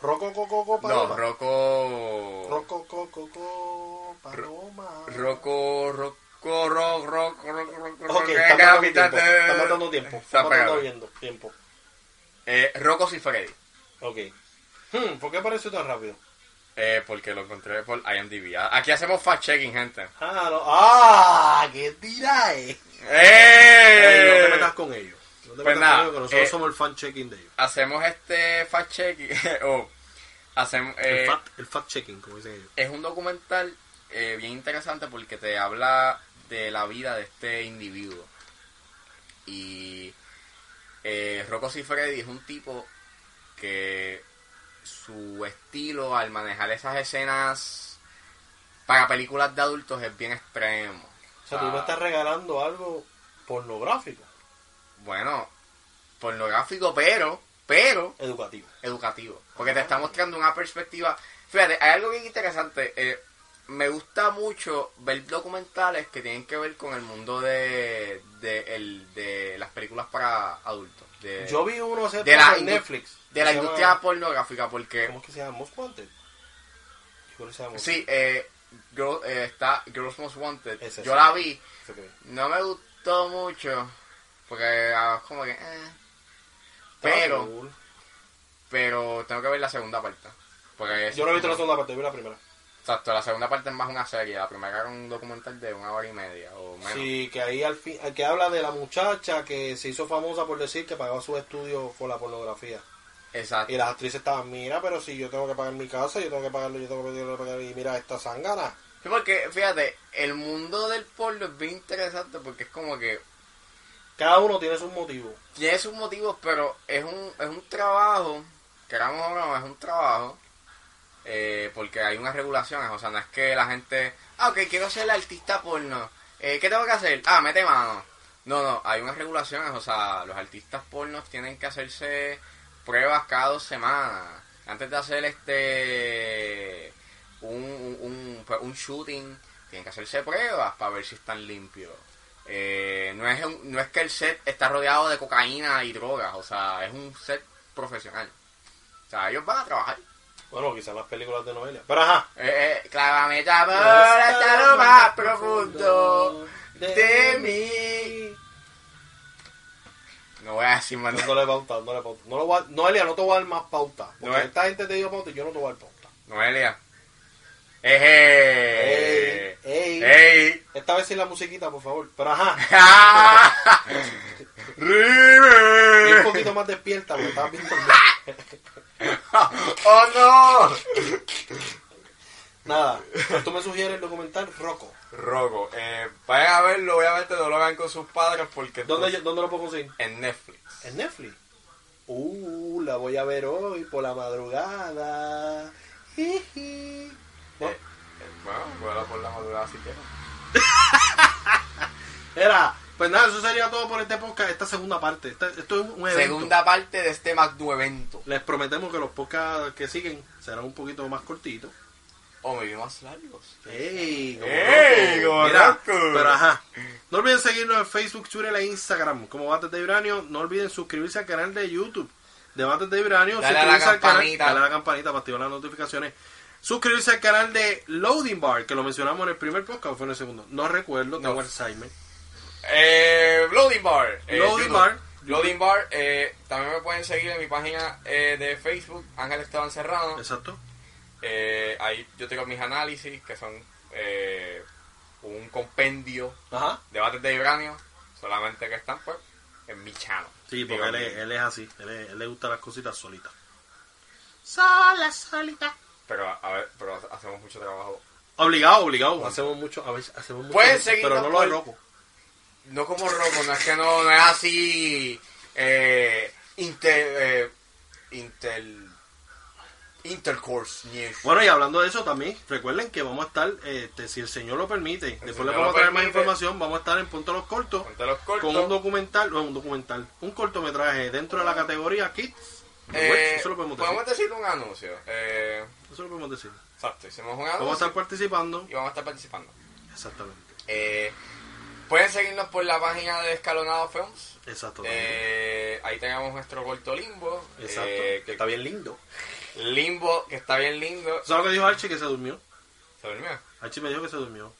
[SPEAKER 2] Roco, coco, coco,
[SPEAKER 1] no,
[SPEAKER 2] paloma.
[SPEAKER 1] Rocco...
[SPEAKER 2] Roco, coco, coco, paloma.
[SPEAKER 1] Rocco, Rocco, Rocco, Rocco, Rocco,
[SPEAKER 2] Ok,
[SPEAKER 1] Rocco, Rocco,
[SPEAKER 2] está matando
[SPEAKER 1] capitán
[SPEAKER 2] tiempo.
[SPEAKER 1] de-
[SPEAKER 2] Está matando tiempo.
[SPEAKER 1] Está
[SPEAKER 2] Está matando
[SPEAKER 1] pegado.
[SPEAKER 2] viendo tiempo.
[SPEAKER 1] Eh, Rocco y Freddy.
[SPEAKER 2] Ok. Hmm, ¿Por qué apareció tan rápido?
[SPEAKER 1] Eh, porque lo encontré por IMDb. Ah, Aquí hacemos fact-checking, gente.
[SPEAKER 2] Ah, no. ¡Ah! ¡Qué tira es!
[SPEAKER 3] Ey, no
[SPEAKER 1] ¡Eh!
[SPEAKER 3] te metas con ellos. No te
[SPEAKER 1] Pues
[SPEAKER 3] metas
[SPEAKER 1] nada,
[SPEAKER 3] con ellos, que nosotros
[SPEAKER 1] eh,
[SPEAKER 3] somos el fan checking de ellos.
[SPEAKER 1] hacemos este fact-checking. o hacemos, eh,
[SPEAKER 3] el, fat, el fact checking, como dicen ellos.
[SPEAKER 1] es un documental eh, bien interesante porque te habla de la vida de este individuo. Y eh, Rocco Siffredi es un tipo que su estilo al manejar esas escenas para películas de adultos es bien extremo.
[SPEAKER 2] O sea, tú me estás regalando algo pornográfico,
[SPEAKER 1] Bueno, pornográfico, pero, pero
[SPEAKER 2] educativo.
[SPEAKER 1] educativo. Porque te está mostrando una perspectiva. Fíjate, hay algo bien interesante. eh, me gusta mucho ver documentales que tienen que ver con el mundo de, de, el- de las películas para adultos. De,
[SPEAKER 2] Yo vi uno hace
[SPEAKER 1] Eh, de
[SPEAKER 2] poco
[SPEAKER 1] la
[SPEAKER 2] en
[SPEAKER 1] indu-
[SPEAKER 2] Netflix.
[SPEAKER 1] de la
[SPEAKER 2] Se llama-
[SPEAKER 1] industria pornográfica, porque
[SPEAKER 2] ¿Cómo es que se llama? Most Wanted. Yo creo que se llama Most
[SPEAKER 1] sí, eh, Girl- eh, está Girls Most Wanted.
[SPEAKER 2] Ese
[SPEAKER 1] Yo
[SPEAKER 2] sí.
[SPEAKER 1] la vi.
[SPEAKER 2] Wanted.
[SPEAKER 1] No me gustó mucho. Porque ah, como que... eh. Pero...
[SPEAKER 2] Estaba cool.
[SPEAKER 1] pero tengo que ver la segunda parte. Porque es-
[SPEAKER 2] Yo no he visto la segunda parte, yo vi la primera.
[SPEAKER 1] Exacto, la segunda parte es más una serie, la primera era un documental de una hora y media o menos.
[SPEAKER 2] Sí, que ahí al fin, que habla de la muchacha que se hizo famosa por decir que pagaba sus estudios con la pornografía.
[SPEAKER 1] Exacto.
[SPEAKER 2] Y las actrices estaban, mira, pero si yo tengo que pagar mi casa, yo tengo que pagarlo, yo tengo que pagarlo, yo tengo que pagarlo, y mira, esta zángana.
[SPEAKER 1] Sí, porque fíjate, el mundo del porno es bien interesante porque es como que
[SPEAKER 2] Cada uno tiene sus motivos.
[SPEAKER 1] tiene sus motivos, pero es un, es un trabajo, queramos o no, es un trabajo, eh, porque hay unas regulaciones, o sea, no es que la gente, ah, ok, quiero ser el artista porno, eh, ¿qué tengo que hacer? Ah, mete mano. No, no, hay unas regulaciones, o sea, los artistas pornos tienen que hacerse pruebas cada dos semanas. antes de hacer este un, un, un, pues, un shooting, tienen que hacerse pruebas para ver si están limpios. Eh, no, es un- no es que el set está rodeado de cocaína y drogas, o sea, es un set profesional. O sea, ellos van a trabajar.
[SPEAKER 2] Bueno, quizás las películas de novela. Pero ajá.
[SPEAKER 1] Eh, eh, clávame esta bola hasta lo más profundo de mí. No voy a decir más nada.
[SPEAKER 2] Dándole pauta, dándole pauta. No, lo voy a- no, Elia, no te voy a dar más pauta. Porque
[SPEAKER 1] No es-
[SPEAKER 2] esta gente te dio pauta y yo no te voy a dar pauta.
[SPEAKER 1] Noelia. Eh, Eje.
[SPEAKER 2] Ey, ey.
[SPEAKER 1] Ey.
[SPEAKER 2] Esta vez sin la musiquita, por favor. Pero ajá. Y un
[SPEAKER 1] River.
[SPEAKER 2] poquito más despierta, porque estabas viendo.
[SPEAKER 1] Oh no.
[SPEAKER 2] Nada. Tú me sugieres el documental Rocco.
[SPEAKER 1] Rogo, eh, vayan a verlo, obviamente no lo hagan con sus padres porque
[SPEAKER 2] ¿Dónde, yo- ¿Dónde lo puedo conseguir?
[SPEAKER 1] en Netflix.
[SPEAKER 2] En Netflix. Uh, la voy a ver hoy por la madrugada. Jiji.
[SPEAKER 1] Eh, eh, bueno, vuela por la madrugada si quieres.
[SPEAKER 2] Era, pues nada, eso sería todo por este podcast, esta segunda parte. Esta- esto es un evento.
[SPEAKER 1] Segunda parte de este McDuevento.
[SPEAKER 2] Les prometemos que los podcasts que siguen serán un poquito más cortitos.
[SPEAKER 1] O Oh, me vi más largos.
[SPEAKER 2] ¡Ey! como
[SPEAKER 1] ¡Ey,
[SPEAKER 2] loco!
[SPEAKER 1] como
[SPEAKER 2] Mira,
[SPEAKER 1] loco!
[SPEAKER 2] Pero ajá. No olviden seguirnos en Facebook, Twitter e Instagram como Bates de Vibranio. No olviden suscribirse al canal de YouTube de Bates de Vibranio.
[SPEAKER 1] Dale a la
[SPEAKER 2] Suscribirse al canal-
[SPEAKER 1] campanita.
[SPEAKER 2] Dale a la campanita para activar las notificaciones. Suscribirse al canal de Loading Bar, que lo mencionamos en el primer podcast o fue en el segundo. No recuerdo, tengo
[SPEAKER 1] No.
[SPEAKER 2] Alzheimer.
[SPEAKER 1] Eh, Loading Bar. eh,
[SPEAKER 2] Loading
[SPEAKER 1] YouTube.
[SPEAKER 2] Bar.
[SPEAKER 1] Loading Bar. eh, también me pueden seguir en mi página eh, de Facebook, Ángel Esteban Serrano.
[SPEAKER 2] Exacto.
[SPEAKER 1] Eh, ahí yo tengo mis análisis, que son eh, un compendio
[SPEAKER 2] Ajá.
[SPEAKER 1] de bates de vibranio, solamente que están pues en mi channel.
[SPEAKER 2] Sí, porque
[SPEAKER 1] Digo,
[SPEAKER 2] él es, él es así. Él, es- él le gusta las cositas solitas. Solas, solitas.
[SPEAKER 1] Pero, a ver, pero hacemos mucho trabajo.
[SPEAKER 2] Obligado, obligado. hacemos mucho, a veces hacemos mucho.
[SPEAKER 1] Pueden seguirnos
[SPEAKER 2] pero no lo
[SPEAKER 1] por-
[SPEAKER 2] loco.
[SPEAKER 1] No como Rocco, no es que no, no es así. Eh, inter, eh, inter- intercourse. yes.
[SPEAKER 2] Bueno, y hablando de eso también, recuerden que vamos a estar, este, si el Señor lo permite, después le
[SPEAKER 1] Señor
[SPEAKER 2] vamos
[SPEAKER 1] lo
[SPEAKER 2] a traer más
[SPEAKER 1] permite.
[SPEAKER 2] información, vamos a estar en Punto Los Cortos Ah.
[SPEAKER 1] Ponte los cortos.
[SPEAKER 2] con un documental, no, un documental, un cortometraje dentro de la categoría Kids.
[SPEAKER 1] Eh,
[SPEAKER 2] eso lo podemos decir.
[SPEAKER 1] podemos decir un anuncio. Eh,
[SPEAKER 2] Eso lo podemos decir.
[SPEAKER 1] exacto, hicimos un
[SPEAKER 2] Vamos a
[SPEAKER 1] anuncio
[SPEAKER 2] estar participando.
[SPEAKER 1] y vamos a estar participando.
[SPEAKER 2] Exactamente.
[SPEAKER 1] Eh, pueden seguirnos por la página de Escalonado Films.
[SPEAKER 2] Exacto.
[SPEAKER 1] Eh, ahí tenemos nuestro corto limbo.
[SPEAKER 2] Exacto.
[SPEAKER 1] eh,
[SPEAKER 2] que está bien lindo.
[SPEAKER 1] Limbo, que está bien lindo.
[SPEAKER 2] ¿Sabes lo que dijo Archie? Que se durmió.
[SPEAKER 1] ¿Se durmió?
[SPEAKER 2] Archie me dijo que se durmió.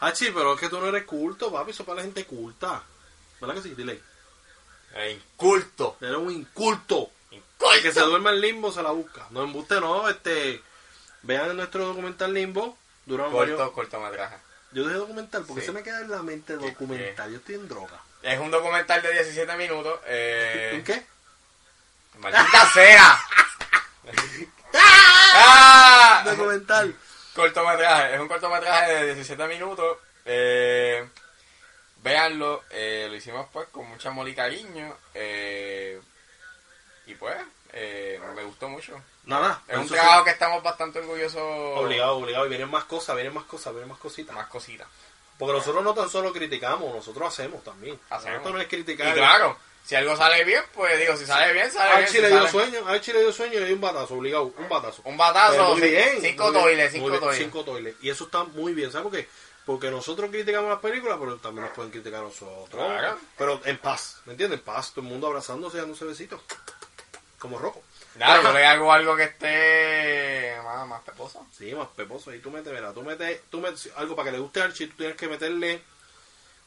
[SPEAKER 2] Archie, pero es que tú no eres culto, papi. Eso es para la gente culta. ¿Verdad que sí? Dile. ahí.
[SPEAKER 1] Eh, inculto.
[SPEAKER 2] Eres un inculto. El que se
[SPEAKER 1] Inculto.
[SPEAKER 2] duerma en limbo se la busca. No embuste, no. Este, vean nuestro documental limbo. Duramos varios.
[SPEAKER 1] Corto, cortometraje.
[SPEAKER 2] Yo dije documental porque
[SPEAKER 1] Sí. Eh,
[SPEAKER 2] se me queda en la mente documental. Yo estoy en droga.
[SPEAKER 1] Es un documental de 17 minutos.
[SPEAKER 2] ¿En
[SPEAKER 1] Eh,
[SPEAKER 2] qué?
[SPEAKER 1] ¡Maldita sea! ¡Ah!
[SPEAKER 2] Documental.
[SPEAKER 1] Cortometraje. Es un cortometraje de 17 minutos. Eh, véanlo. eh, lo hicimos pues con mucha amor y cariño. Eh, y pues, eh, me gustó mucho.
[SPEAKER 2] Nada.
[SPEAKER 1] Es un
[SPEAKER 2] eso
[SPEAKER 1] trabajo
[SPEAKER 2] sí.
[SPEAKER 1] que estamos bastante orgullosos.
[SPEAKER 2] Obligado, obligado. Y vienen más cosas, vienen más cosas, vienen más cositas.
[SPEAKER 1] Más cositas.
[SPEAKER 2] Porque nosotros no tan solo criticamos, nosotros hacemos también.
[SPEAKER 1] Hacemos.
[SPEAKER 2] Nosotros no es
[SPEAKER 1] Y
[SPEAKER 2] criticar.
[SPEAKER 1] claro, si algo sale bien, pues digo, si sale bien, sale
[SPEAKER 2] A
[SPEAKER 1] bien. si
[SPEAKER 2] Chile dio
[SPEAKER 1] sale-
[SPEAKER 2] sueño, a Chile dio sueño y hay un batazo, obligado, un batazo.
[SPEAKER 1] Un batazo.
[SPEAKER 2] Muy bien,
[SPEAKER 1] cinco
[SPEAKER 2] muy bien,
[SPEAKER 1] toiles,
[SPEAKER 2] muy
[SPEAKER 1] cinco
[SPEAKER 2] bien,
[SPEAKER 1] toiles.
[SPEAKER 2] cinco toiles. Y eso está muy bien, ¿sabes por qué? Porque nosotros criticamos las películas, pero también nos pueden criticar a nosotros.
[SPEAKER 1] Claro.
[SPEAKER 2] Pero en paz, ¿me entiendes? En paz, todo el mundo abrazándose, dándose besitos. Como rojo.
[SPEAKER 1] Nada,
[SPEAKER 2] Pero,
[SPEAKER 1] yo le hago algo que esté más, más peposo.
[SPEAKER 2] Sí, más peposo. Y tú metes, verá, tú metes, tú metes algo para que le guste al chip, tú tienes que meterle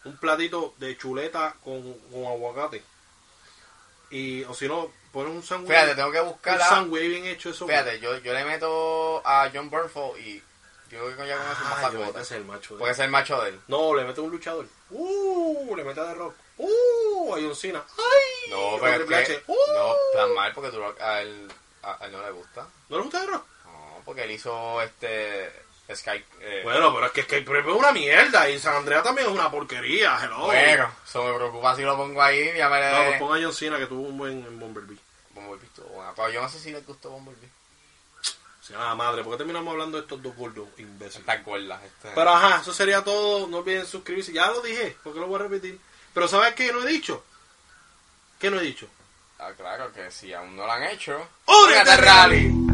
[SPEAKER 2] un platito de chuleta con, con aguacate. Y, o si no, pones un sándwich.
[SPEAKER 1] Fíjate, tengo que
[SPEAKER 2] un
[SPEAKER 1] buscar a...
[SPEAKER 2] sándwich bien hecho eso.
[SPEAKER 1] Fíjate, yo, yo le meto a John Burnfall y yo creo que ya con eso
[SPEAKER 2] Ah,
[SPEAKER 1] más
[SPEAKER 2] yo
[SPEAKER 1] sacota.
[SPEAKER 2] metes el macho.
[SPEAKER 1] Porque es el macho de él.
[SPEAKER 2] No, le mete un luchador. Uh, le mete a The Rock. Uh, a John Cena. Ay,
[SPEAKER 1] No,
[SPEAKER 2] a
[SPEAKER 1] pero
[SPEAKER 2] Triple
[SPEAKER 1] es que...
[SPEAKER 2] H. Uh,
[SPEAKER 1] No, tan mal porque tú lo- a, él, a, a él no le gusta.
[SPEAKER 2] ¿No le gusta The Rock?
[SPEAKER 1] No, porque él hizo este... Sky... eh,
[SPEAKER 2] Bueno, pero es que Skype es una mierda y San Andrea también es una porquería. Hello.
[SPEAKER 1] bueno, eh. eso me preocupa si lo pongo ahí ya me le...
[SPEAKER 2] No, pues ponga a John Cena que tuvo un buen en Bomberbee.
[SPEAKER 1] Bumblebee estuvo buena, pero yo no sé si le gustó Bumblebee.
[SPEAKER 2] Sí, ah, madre, ¿por qué terminamos hablando de estos dos gordos imbéciles?
[SPEAKER 1] Estas gordas. Este.
[SPEAKER 2] Pero ajá, eso sería todo. No olviden suscribirse. Ya lo dije, porque lo voy a repetir. Pero ¿sabes qué no he dicho? ¿Qué no he dicho? Ah, claro que si aún no lo han hecho.
[SPEAKER 1] ¡Únete al
[SPEAKER 2] al
[SPEAKER 1] rally!
[SPEAKER 2] rally!